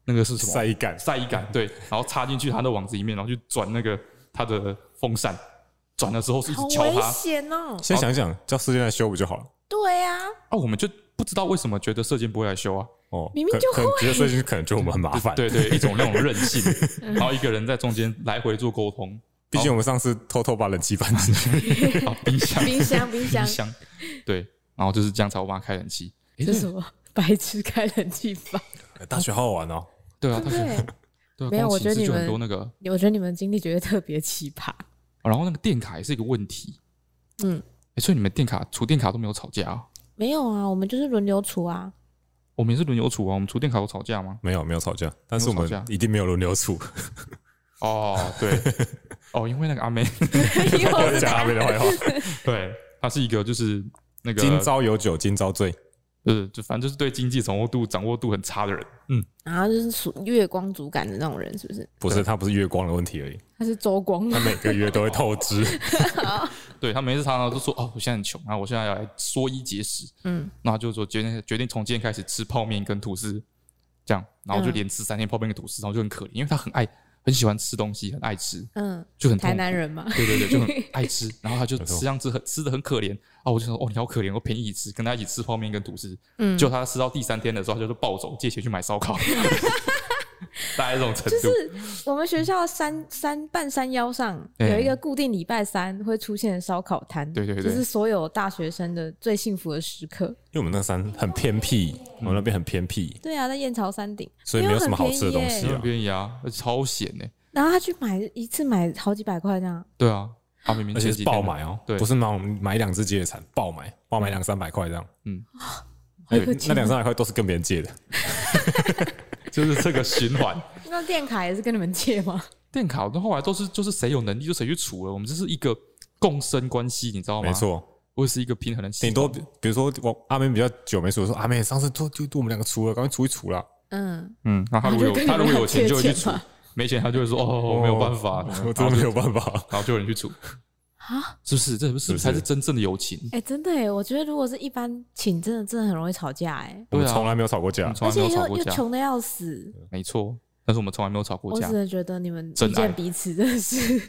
[SPEAKER 2] 那个是什么
[SPEAKER 3] 晒干。
[SPEAKER 2] 晒衣杆，对，然后插进去它的网子里面，然后去转那个它的风扇，转了之后是一直
[SPEAKER 1] 好
[SPEAKER 2] 敲啊
[SPEAKER 1] 危
[SPEAKER 2] 它，
[SPEAKER 1] 险哦。
[SPEAKER 3] 先想一想，叫时间来修不就好了？
[SPEAKER 1] 对啊，
[SPEAKER 2] 啊，我们就不知道为什么觉得射箭不会来修啊，
[SPEAKER 3] 哦，
[SPEAKER 1] 明明就
[SPEAKER 3] 可可能觉得这就是可能觉得我们很麻烦。，
[SPEAKER 2] 对对，一种那种任性， 然后一个人在中间来回做沟通，
[SPEAKER 3] 毕竟我们上次偷偷把冷气搬进 去，
[SPEAKER 2] 啊，冰箱，
[SPEAKER 1] 冰箱冰箱
[SPEAKER 2] 冰箱，对，然后就是这样才我帮他开冷气。诶
[SPEAKER 1] 这是什么？白痴开冷气房？
[SPEAKER 3] 大学好好玩哦。
[SPEAKER 2] 对啊，他可能
[SPEAKER 1] 对，
[SPEAKER 2] 对啊，
[SPEAKER 1] 没有
[SPEAKER 2] 跟
[SPEAKER 1] 我
[SPEAKER 2] 寝
[SPEAKER 1] 觉得
[SPEAKER 2] 室
[SPEAKER 1] 你
[SPEAKER 2] 就很
[SPEAKER 1] 们
[SPEAKER 2] 多那个，
[SPEAKER 1] 我觉得你们经历绝对特别奇葩。
[SPEAKER 2] 啊然后那个电卡也是一个问题。
[SPEAKER 1] 嗯
[SPEAKER 2] 诶，所以你们电卡除电卡都没有吵架啊？
[SPEAKER 1] 没有啊，我们就是轮流除啊。
[SPEAKER 2] 我们也是轮流除啊，我们除电卡有吵架吗？
[SPEAKER 3] 没有没有吵架，但是我
[SPEAKER 2] 没有
[SPEAKER 3] 们
[SPEAKER 2] 吵架
[SPEAKER 3] 一定没有轮流处，
[SPEAKER 2] 哦，对， 哦，因为那个阿妹，
[SPEAKER 3] 又 讲阿妹的 坏话。
[SPEAKER 2] 啊对，她是一个就是那个
[SPEAKER 3] 今朝有酒今朝醉，
[SPEAKER 2] 呃，就反正就是对经济掌握度掌握度很差的人。嗯，
[SPEAKER 1] 然后就是属月光族感的那种人，是不是？
[SPEAKER 3] 不是他不是月光的问题而 已，
[SPEAKER 1] 他是周光
[SPEAKER 3] 他每个月都会透支。
[SPEAKER 2] 对他每次常常都说哦，我现在很穷啊，我现在要来缩衣节食。
[SPEAKER 1] 嗯，
[SPEAKER 2] 然后就说决定决定从今天开始吃泡面跟吐司，这样，然后就
[SPEAKER 1] 嗯
[SPEAKER 2] 连吃三天泡面跟吐司，然后就很可怜，因为他很爱很喜欢吃东西，很爱吃，
[SPEAKER 1] 嗯，
[SPEAKER 2] 就很痛
[SPEAKER 1] 台
[SPEAKER 2] 苦
[SPEAKER 1] 南人嘛，
[SPEAKER 2] 对对 对，就很爱吃，然后他就
[SPEAKER 3] 没
[SPEAKER 2] 吃
[SPEAKER 3] 错
[SPEAKER 2] 这样子很吃的很可怜啊，我就想说哦，你好可怜，我陪你一起吃，跟他一起吃泡面跟吐司，
[SPEAKER 1] 嗯
[SPEAKER 2] 就他吃到第三天的时候，他就是暴走借钱去 买烧烤， 大概这种程度，
[SPEAKER 1] 我们学校山山半山腰上
[SPEAKER 3] 哎
[SPEAKER 2] 嗯
[SPEAKER 1] 有一个固定礼拜三会出现的烧烤摊，
[SPEAKER 2] 对对对
[SPEAKER 1] 这是所有大学生的最幸福的时刻。
[SPEAKER 3] 因为我们那山很偏僻，
[SPEAKER 2] 嗯
[SPEAKER 3] 我们那边很偏僻，
[SPEAKER 1] 对啊，在燕巢山顶，
[SPEAKER 3] 所以
[SPEAKER 1] 没
[SPEAKER 3] 没
[SPEAKER 1] 有
[SPEAKER 3] 有什么好吃的东
[SPEAKER 1] 很
[SPEAKER 3] 西
[SPEAKER 2] 很
[SPEAKER 3] 啊。
[SPEAKER 2] 便宜啊，而且超咸呢、
[SPEAKER 1] 然后他去买一次买好几百块这样，
[SPEAKER 2] 对啊，啊明明
[SPEAKER 3] 而且
[SPEAKER 2] 前
[SPEAKER 3] 是
[SPEAKER 2] 几
[SPEAKER 3] 爆
[SPEAKER 2] 天
[SPEAKER 3] 买哦，
[SPEAKER 2] 对
[SPEAKER 3] 不是买我们买两只接的产，爆买，爆买两三百块这样，
[SPEAKER 1] 好
[SPEAKER 2] 嗯
[SPEAKER 3] 哎
[SPEAKER 1] 有钱
[SPEAKER 3] 那两三百块都是跟别人借的，
[SPEAKER 2] 就是这个循环。
[SPEAKER 1] 那电卡也是跟你们借吗？
[SPEAKER 2] 电卡到后来都是就是谁有能力就谁去除了，我们这是一个共生关系，你知道吗？
[SPEAKER 3] 没，错。
[SPEAKER 2] 我也是一个平衡的系统。
[SPEAKER 3] 顶多比如说我阿妹比较久没出，我说阿妹上次就就就我们两个出了，赶快除一除啦。
[SPEAKER 1] 嗯，
[SPEAKER 2] 嗯，那他如果有
[SPEAKER 1] 他就跟
[SPEAKER 2] 他如果有
[SPEAKER 1] 你们
[SPEAKER 2] 钱就会去
[SPEAKER 1] 借
[SPEAKER 2] 除
[SPEAKER 1] 钱嘛，
[SPEAKER 2] 没钱他就会说哦我没有办法，
[SPEAKER 3] 我
[SPEAKER 2] 然
[SPEAKER 3] 真
[SPEAKER 2] 后
[SPEAKER 3] 的没
[SPEAKER 2] 就
[SPEAKER 3] 有办法。
[SPEAKER 2] 然后就有人去除
[SPEAKER 1] 啊，
[SPEAKER 2] 是不是？这不是
[SPEAKER 3] 不是
[SPEAKER 2] 才是真正的友情？
[SPEAKER 1] 哎、真的哎，我觉得如果是一般请，真的真的很容易吵架哎，
[SPEAKER 3] 我
[SPEAKER 2] 对啊
[SPEAKER 3] 们从来没有吵过
[SPEAKER 2] 我
[SPEAKER 3] 架
[SPEAKER 2] 们，从
[SPEAKER 1] 而
[SPEAKER 2] 来没
[SPEAKER 1] 且
[SPEAKER 2] 有吵
[SPEAKER 1] 又
[SPEAKER 2] 过
[SPEAKER 1] 又
[SPEAKER 2] 架，
[SPEAKER 1] 穷的要死。
[SPEAKER 2] 没错。但是我们从来没有吵过
[SPEAKER 1] 我
[SPEAKER 2] 架
[SPEAKER 1] 只。能觉得你们
[SPEAKER 2] 真
[SPEAKER 1] 遇
[SPEAKER 2] 爱
[SPEAKER 1] 见彼此真的是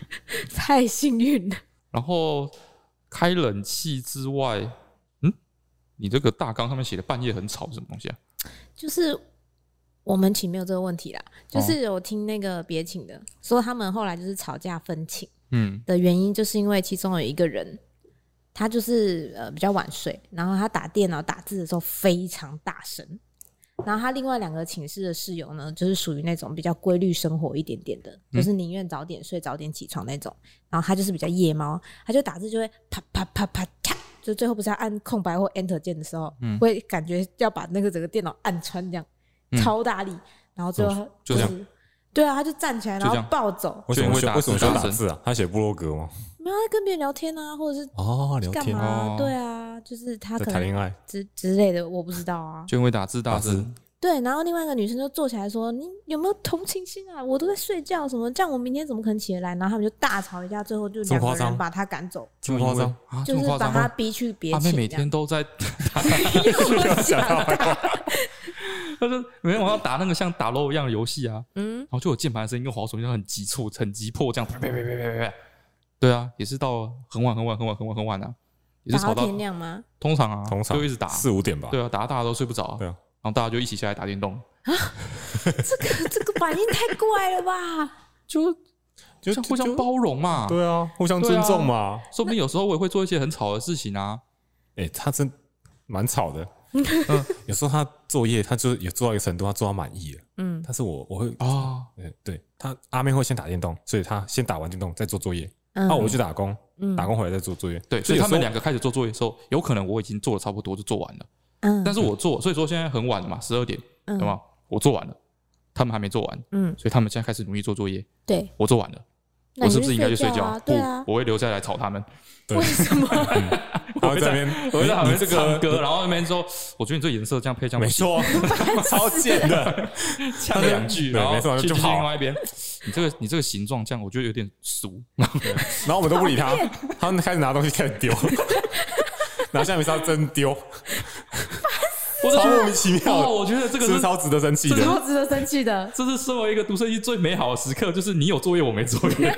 [SPEAKER 1] 太幸运了。
[SPEAKER 2] 然后开冷气之外，嗯，你这个大纲上面写的半夜很吵是什么东西啊？
[SPEAKER 1] 就是我们寝没有这个问题啦，就是我听那个别寝的说，他们后来就是吵架分寝
[SPEAKER 2] 嗯，
[SPEAKER 1] 的原因，就是因为其中有一个人。他就是呃比较晚睡，然后他打电脑打字的时候非常大声，然后他另外两个寝室的室友呢，就是属于那种比较规律生活一点点的，就是
[SPEAKER 2] 嗯
[SPEAKER 1] 宁愿早点睡早点起床那种，然后他就是比较夜猫，他就打字就会啪啪啪啪啪，就最后不是要按空白或 Enter 键的时候，
[SPEAKER 2] 嗯
[SPEAKER 1] 会感觉要把那个整个电脑按穿这样，
[SPEAKER 2] 嗯哦
[SPEAKER 1] 超大力，然后最后他
[SPEAKER 2] 就
[SPEAKER 1] 就
[SPEAKER 2] 这样
[SPEAKER 1] 是对啊，他就站起来
[SPEAKER 2] 就
[SPEAKER 1] 然
[SPEAKER 2] 这
[SPEAKER 1] 后
[SPEAKER 2] 样
[SPEAKER 1] 暴走，
[SPEAKER 3] 为什么
[SPEAKER 2] 就因为
[SPEAKER 3] 学
[SPEAKER 2] 打
[SPEAKER 3] 为什么学
[SPEAKER 2] 字大
[SPEAKER 3] 打
[SPEAKER 2] 声
[SPEAKER 3] 字啊？他写部落格吗？
[SPEAKER 1] 没有他在跟别人聊天啊，或者是
[SPEAKER 3] 哦，聊
[SPEAKER 1] 干
[SPEAKER 3] 天
[SPEAKER 1] 嘛、
[SPEAKER 2] 哦
[SPEAKER 1] 对啊，就是他
[SPEAKER 3] 在
[SPEAKER 1] 可
[SPEAKER 3] 谈
[SPEAKER 1] 能
[SPEAKER 3] 恋爱，
[SPEAKER 1] 之之类的，我不知道啊。
[SPEAKER 2] 就因为打字大
[SPEAKER 3] 打字
[SPEAKER 2] 声，
[SPEAKER 1] 对，然后另外一个女生就坐起来说：“你有没有同情心啊？我都在睡觉，什么这样我明天怎么可能起得来？”然后他们就大吵一架，最后就
[SPEAKER 3] 这
[SPEAKER 1] 两
[SPEAKER 3] 么夸
[SPEAKER 1] 个
[SPEAKER 3] 张
[SPEAKER 1] 人把他赶走，
[SPEAKER 3] 这么夸张
[SPEAKER 2] 啊，这
[SPEAKER 1] 就
[SPEAKER 2] 么
[SPEAKER 1] 是
[SPEAKER 2] 夸
[SPEAKER 1] 把
[SPEAKER 2] 张
[SPEAKER 1] 他
[SPEAKER 2] 吗？
[SPEAKER 1] 逼去别
[SPEAKER 2] 阿妹
[SPEAKER 1] 寝
[SPEAKER 2] 每
[SPEAKER 1] 这样。
[SPEAKER 2] 天都在，
[SPEAKER 1] 又想到，
[SPEAKER 2] 啊她说每天晚上打那个像打 LO 一样的游戏啊，
[SPEAKER 1] 嗯
[SPEAKER 2] 然，后就有键盘的声音跟滑鼠一样很急促、很急迫，这样啪啪啪啪啪啪啪。对啊，也是到很晚、很晚、很晚、很晚、很晚啊，也是
[SPEAKER 1] 打
[SPEAKER 2] 吵
[SPEAKER 1] 到
[SPEAKER 2] 到
[SPEAKER 1] 天亮吗？
[SPEAKER 2] 通常啊，
[SPEAKER 3] 通常
[SPEAKER 2] 就一直打，
[SPEAKER 3] 四五点吧。
[SPEAKER 2] 对啊，打到大家都睡不着啊，
[SPEAKER 3] 对
[SPEAKER 2] 然
[SPEAKER 3] 啊
[SPEAKER 2] 后大家就一起下来打电动，
[SPEAKER 1] 这个这个反应太怪了 吧？
[SPEAKER 2] 就
[SPEAKER 3] 就
[SPEAKER 2] 像互相
[SPEAKER 3] 就
[SPEAKER 2] 包容嘛。
[SPEAKER 3] 对啊，互相
[SPEAKER 2] 对啊
[SPEAKER 3] 尊重嘛。
[SPEAKER 2] 说不定有时候我也会做一些很吵的事情啊，
[SPEAKER 3] 哎，他真蛮吵的。有时候他作业，他就是有做到一个程度，他做到满意了。
[SPEAKER 1] 嗯，
[SPEAKER 3] 但是我我会，
[SPEAKER 2] 啊，
[SPEAKER 3] 呃对他阿妹会先打电动，所以他先打完电动再做作业。
[SPEAKER 1] 嗯
[SPEAKER 3] 啊，我去打工，
[SPEAKER 1] 嗯
[SPEAKER 3] 打工回来再做作业。
[SPEAKER 2] 对，所以他们
[SPEAKER 3] 有时候
[SPEAKER 2] 两个开始做作业的时候，有可能我已经做的差不多就做完了，
[SPEAKER 1] 嗯
[SPEAKER 2] 但是我做，所以说现在很晚了嘛，十二点，
[SPEAKER 1] 嗯
[SPEAKER 2] 对吗？我做完了，他们还没做完，
[SPEAKER 1] 嗯，
[SPEAKER 2] 所以他们现在开始努力做作业，
[SPEAKER 1] 对，
[SPEAKER 2] 我做完了。
[SPEAKER 1] 那
[SPEAKER 2] 我
[SPEAKER 1] 你
[SPEAKER 2] 是不是应该去睡
[SPEAKER 1] 觉
[SPEAKER 2] 觉
[SPEAKER 1] 啊？？对啊，
[SPEAKER 2] 不，我会留下来吵他们。
[SPEAKER 3] 对
[SPEAKER 1] 为什么？
[SPEAKER 3] 他会在那边，哎
[SPEAKER 2] 我会在旁
[SPEAKER 3] 你
[SPEAKER 2] 边
[SPEAKER 3] 你这
[SPEAKER 2] 唱歌，
[SPEAKER 3] 个
[SPEAKER 2] 然后那边说：“我觉得你这颜色这样配这样
[SPEAKER 3] 没
[SPEAKER 2] 不行。
[SPEAKER 3] 错，超贱的，
[SPEAKER 2] 呛了两句，
[SPEAKER 3] 对
[SPEAKER 2] 然
[SPEAKER 3] 没错
[SPEAKER 2] 后去
[SPEAKER 3] 就
[SPEAKER 2] 去
[SPEAKER 3] 跑
[SPEAKER 2] 另外一边，你这个你这个形状这样，我觉得有点 俗。
[SPEAKER 3] 然后我们都不理他，他们开始拿东西开 始丢，拿橡皮擦真丢，
[SPEAKER 2] 我就
[SPEAKER 3] 超
[SPEAKER 2] 觉
[SPEAKER 3] 莫
[SPEAKER 2] 得
[SPEAKER 3] 名其妙
[SPEAKER 2] 哦，
[SPEAKER 3] 的，
[SPEAKER 2] 我觉得这个
[SPEAKER 3] 是不是
[SPEAKER 2] 是
[SPEAKER 3] 超值得生气的。
[SPEAKER 1] 超值得生气的。
[SPEAKER 2] 这是身为一个独生一最美好的时刻，就是你有作业我没作业。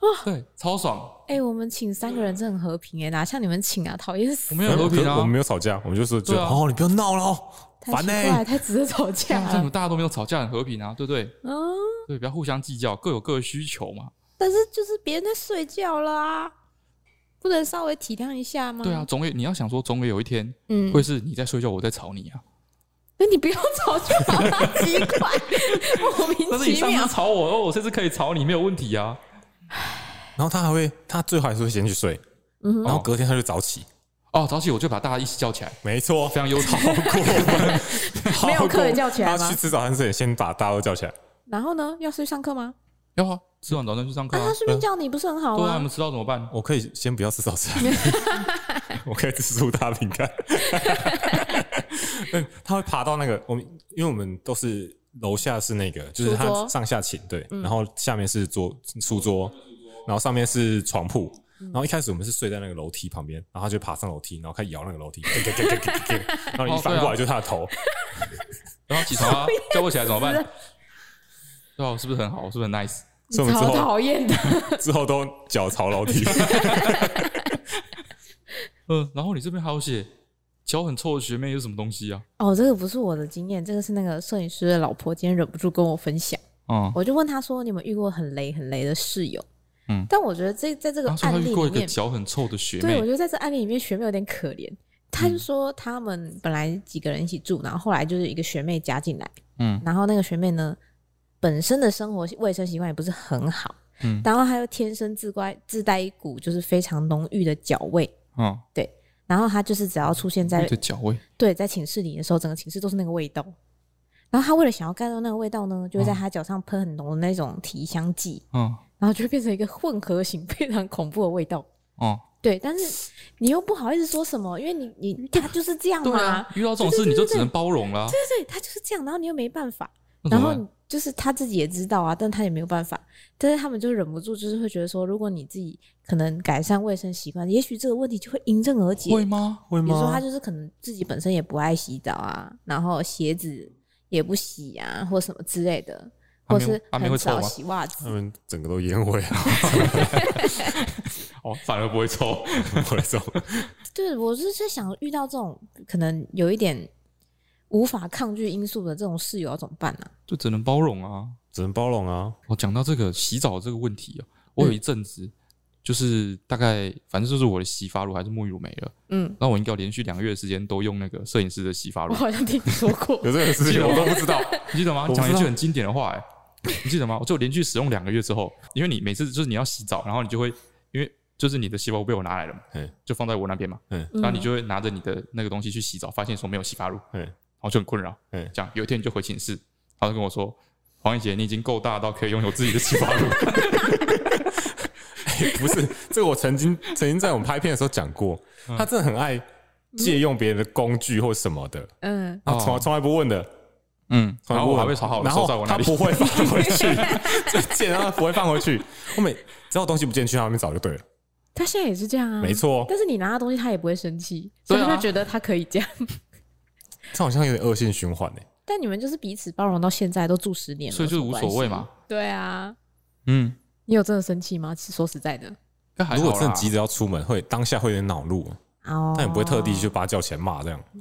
[SPEAKER 1] 哦，
[SPEAKER 2] 对，超爽。
[SPEAKER 1] 哎、我们请三个人真的很和平哎、哪像你们请啊，讨厌死
[SPEAKER 2] 我！没有和平
[SPEAKER 3] 可
[SPEAKER 2] 啊，
[SPEAKER 3] 我们没有吵架，我们就是就
[SPEAKER 2] 对啊
[SPEAKER 3] 哦，你不要闹了哦，
[SPEAKER 1] 太
[SPEAKER 3] 烦
[SPEAKER 1] 奇
[SPEAKER 3] 呢。
[SPEAKER 1] 怪，太值得吵 架
[SPEAKER 2] 这样我
[SPEAKER 1] 了。
[SPEAKER 2] 们大家都没有吵架，很和平啊，对不对？
[SPEAKER 1] 嗯，
[SPEAKER 2] 对，不要互相计较，各有各的需求嘛。
[SPEAKER 1] 但是就是别人在睡觉了啊，不能稍微体谅一下吗？
[SPEAKER 2] 对啊，，总有你要想说，总有一天
[SPEAKER 1] 嗯，
[SPEAKER 2] 会是你在睡觉，我在吵你啊。
[SPEAKER 1] 那你不要吵就好了，奇怪，莫名
[SPEAKER 2] 但是你
[SPEAKER 1] 其
[SPEAKER 2] 上
[SPEAKER 1] 妙
[SPEAKER 2] 次。吵我，哦，我这次可以吵你，没有问题啊。
[SPEAKER 3] 然后他还会，他最后还是会先去睡，
[SPEAKER 1] 嗯
[SPEAKER 3] 然后隔天他就早起，
[SPEAKER 2] 哦，早起我就把大家一起叫起来，
[SPEAKER 3] 没错
[SPEAKER 2] 非，常优
[SPEAKER 3] 好过分，
[SPEAKER 1] 没有
[SPEAKER 3] 好过
[SPEAKER 1] 客人叫起来吗
[SPEAKER 3] 他去吃早餐之前先把大家都叫起来，
[SPEAKER 1] 然后呢，要去上课吗？
[SPEAKER 2] 要啊，吃完早餐去上课
[SPEAKER 1] 啊，
[SPEAKER 2] 啊
[SPEAKER 1] 他。顺便叫你不是很好
[SPEAKER 2] 对啊，我
[SPEAKER 1] 吗
[SPEAKER 2] 们？迟到怎么办？
[SPEAKER 3] 我可以先不要吃早餐， 我可以吃苏打饼干。嗯他会爬到那个我们，因为我们都是楼下是那个，就是
[SPEAKER 1] 书
[SPEAKER 3] 他
[SPEAKER 1] 桌嗯
[SPEAKER 3] 上下寝对，然后下面是桌书桌，然后上面是床铺。然后一开始我们是睡在那个楼梯旁边，然后他就爬上楼梯，然后开始摇那个 楼梯，然后你一翻过来就是他的头，
[SPEAKER 2] 然后起床啊，叫我起来怎么办？ 对啊，我是不是很好？啊我是不是很 nice？
[SPEAKER 3] 所以我们之
[SPEAKER 1] 超
[SPEAKER 3] 后
[SPEAKER 1] 讨厌的，
[SPEAKER 3] 之后都脚朝楼 梯。
[SPEAKER 2] 嗯，然后你这边还有写脚很臭的学妹是什么东西啊？
[SPEAKER 1] 哦，这个不是我的经验，这个是那个摄影师的老婆今天忍不住跟我分享，
[SPEAKER 2] 嗯，
[SPEAKER 1] 我就问他说：“你有没有遇过很雷很雷的室友？”
[SPEAKER 2] 嗯
[SPEAKER 1] 但我觉得这在这个
[SPEAKER 2] 他说
[SPEAKER 1] 案
[SPEAKER 2] 他
[SPEAKER 1] 例
[SPEAKER 2] 遇过
[SPEAKER 1] 里
[SPEAKER 2] 一个
[SPEAKER 1] 面，
[SPEAKER 2] 脚很臭的学
[SPEAKER 1] 对我
[SPEAKER 2] 妹嗯
[SPEAKER 1] 觉，得在这案例里面，学妹有点可怜。他就说他们本来几个人一起住，然后后来就是一个学妹加进来，
[SPEAKER 2] 嗯
[SPEAKER 1] 然后那个学妹呢，本身的生活卫生习惯也不是很好，
[SPEAKER 2] 嗯
[SPEAKER 1] 然后她又天生自乖自带一股就是非常浓郁的脚味，
[SPEAKER 2] 嗯，
[SPEAKER 1] 然后她就是只要出现在
[SPEAKER 2] 对脚味，
[SPEAKER 1] 对，在寝室里的时候，整个寝室都是那个味道。然后他为了想要盖掉那个味道呢，就会在他脚上喷很浓的那种体香剂，
[SPEAKER 2] 嗯
[SPEAKER 1] 然后就会变成一个混合型非常恐怖的味道。
[SPEAKER 2] 哦，
[SPEAKER 1] 对，但是你又不好意思说什么，因为你你他就是这样
[SPEAKER 2] 对
[SPEAKER 1] 嘛
[SPEAKER 2] 啊，，遇到这种事你就只能包容啦。
[SPEAKER 1] 对对，他就是这样，然后你又没办法，
[SPEAKER 2] 那怎
[SPEAKER 1] 然
[SPEAKER 2] 么
[SPEAKER 1] 后
[SPEAKER 2] 办
[SPEAKER 1] 你就是他自己也知道啊，但他也没有办法，但是他们就忍不住，就是会觉得说，如果你自己可能改善卫生习惯，也许这个问题就会迎刃而解。
[SPEAKER 2] 会吗？
[SPEAKER 3] 会
[SPEAKER 1] 比如说他就是可能自己本身也不爱洗澡啊，然后鞋子也不洗啊，或什么之类的，
[SPEAKER 2] 阿
[SPEAKER 1] 或
[SPEAKER 2] 明
[SPEAKER 1] 是
[SPEAKER 2] 阿明
[SPEAKER 1] 很
[SPEAKER 2] 会臭
[SPEAKER 1] 少
[SPEAKER 2] 吗
[SPEAKER 1] 洗袜
[SPEAKER 3] 他
[SPEAKER 1] 子。
[SPEAKER 3] 们整个都烟 味啊，
[SPEAKER 2] 哦，反而不会臭。
[SPEAKER 3] 我来说，
[SPEAKER 1] 对，我是在想，遇到这种可能有一点无法抗拒因素的这种室友要怎么办呢、
[SPEAKER 2] 就只能包容啊。
[SPEAKER 3] 只能包容啊。。
[SPEAKER 2] 我讲到这个洗澡这个问题啊，我有一阵子、
[SPEAKER 1] 嗯
[SPEAKER 2] 就是大概反正就是我的洗发乳还是沐浴乳没了，
[SPEAKER 1] 嗯，
[SPEAKER 2] 那我应该有连续两个月的时间都用那个摄影师的洗发
[SPEAKER 1] 我
[SPEAKER 2] 乳，
[SPEAKER 1] 好像听说过
[SPEAKER 3] 有这个事情
[SPEAKER 1] 哦
[SPEAKER 3] 我都不知道，
[SPEAKER 2] 你记得吗
[SPEAKER 3] 我？不知道
[SPEAKER 2] 讲了一句很经典的话、欸，你记得吗？我就连续使用两个月之后，因为你每次就是你要洗澡，然后你就会因为就是你的洗发乳被我拿来了嘛
[SPEAKER 3] 嗯，
[SPEAKER 2] 就放在我那边嘛，
[SPEAKER 3] 嗯
[SPEAKER 2] 然后你就会拿着你的那个东西去洗澡，发现说没有洗发乳，
[SPEAKER 3] 嗯
[SPEAKER 2] 然后就很困扰，
[SPEAKER 3] 嗯
[SPEAKER 2] 这样有一天你就回寝室，他就跟我说。黄奕杰，你已经够大到可以拥有自己的洗发乳，
[SPEAKER 3] 不是，这个我曾经曾经在我们拍片的时候讲过，
[SPEAKER 2] 嗯
[SPEAKER 3] 他真的很爱借用别人的工具或什么的，
[SPEAKER 1] 嗯，
[SPEAKER 3] 然后从来从来不问的，
[SPEAKER 2] 嗯，
[SPEAKER 3] 从
[SPEAKER 2] 哦 然后我
[SPEAKER 3] 来不问，
[SPEAKER 2] 还会好好的
[SPEAKER 3] 然
[SPEAKER 2] 收在我
[SPEAKER 3] 后
[SPEAKER 2] 那
[SPEAKER 3] 他
[SPEAKER 2] 里，
[SPEAKER 3] 不会放回去，就借然后他不会放回去。我每只要东西不见去，他那边找就对了，
[SPEAKER 1] 他现在也是这
[SPEAKER 2] 嗯
[SPEAKER 1] 样啊，
[SPEAKER 3] 没。错。哦
[SPEAKER 1] 但是你拿他东西，他也不会生气，所以
[SPEAKER 2] 对啊
[SPEAKER 1] 他就觉得他可以这样。
[SPEAKER 3] 这好像有点恶性循环呢。欸
[SPEAKER 1] 但你们就是彼此包容到现在，都住十年了，
[SPEAKER 2] 所以就是
[SPEAKER 1] 有什么
[SPEAKER 2] 无所谓
[SPEAKER 1] 关系
[SPEAKER 2] 嘛。。
[SPEAKER 1] 对啊，
[SPEAKER 2] 嗯，
[SPEAKER 1] 你有真的生气吗？其实说实在的，
[SPEAKER 2] 但还
[SPEAKER 3] 如
[SPEAKER 2] 好
[SPEAKER 3] 果
[SPEAKER 2] 啦
[SPEAKER 3] 真的急着要出门，会当下会有点恼怒，
[SPEAKER 1] 哦
[SPEAKER 3] 但也不会特地就把他叫起来骂这样。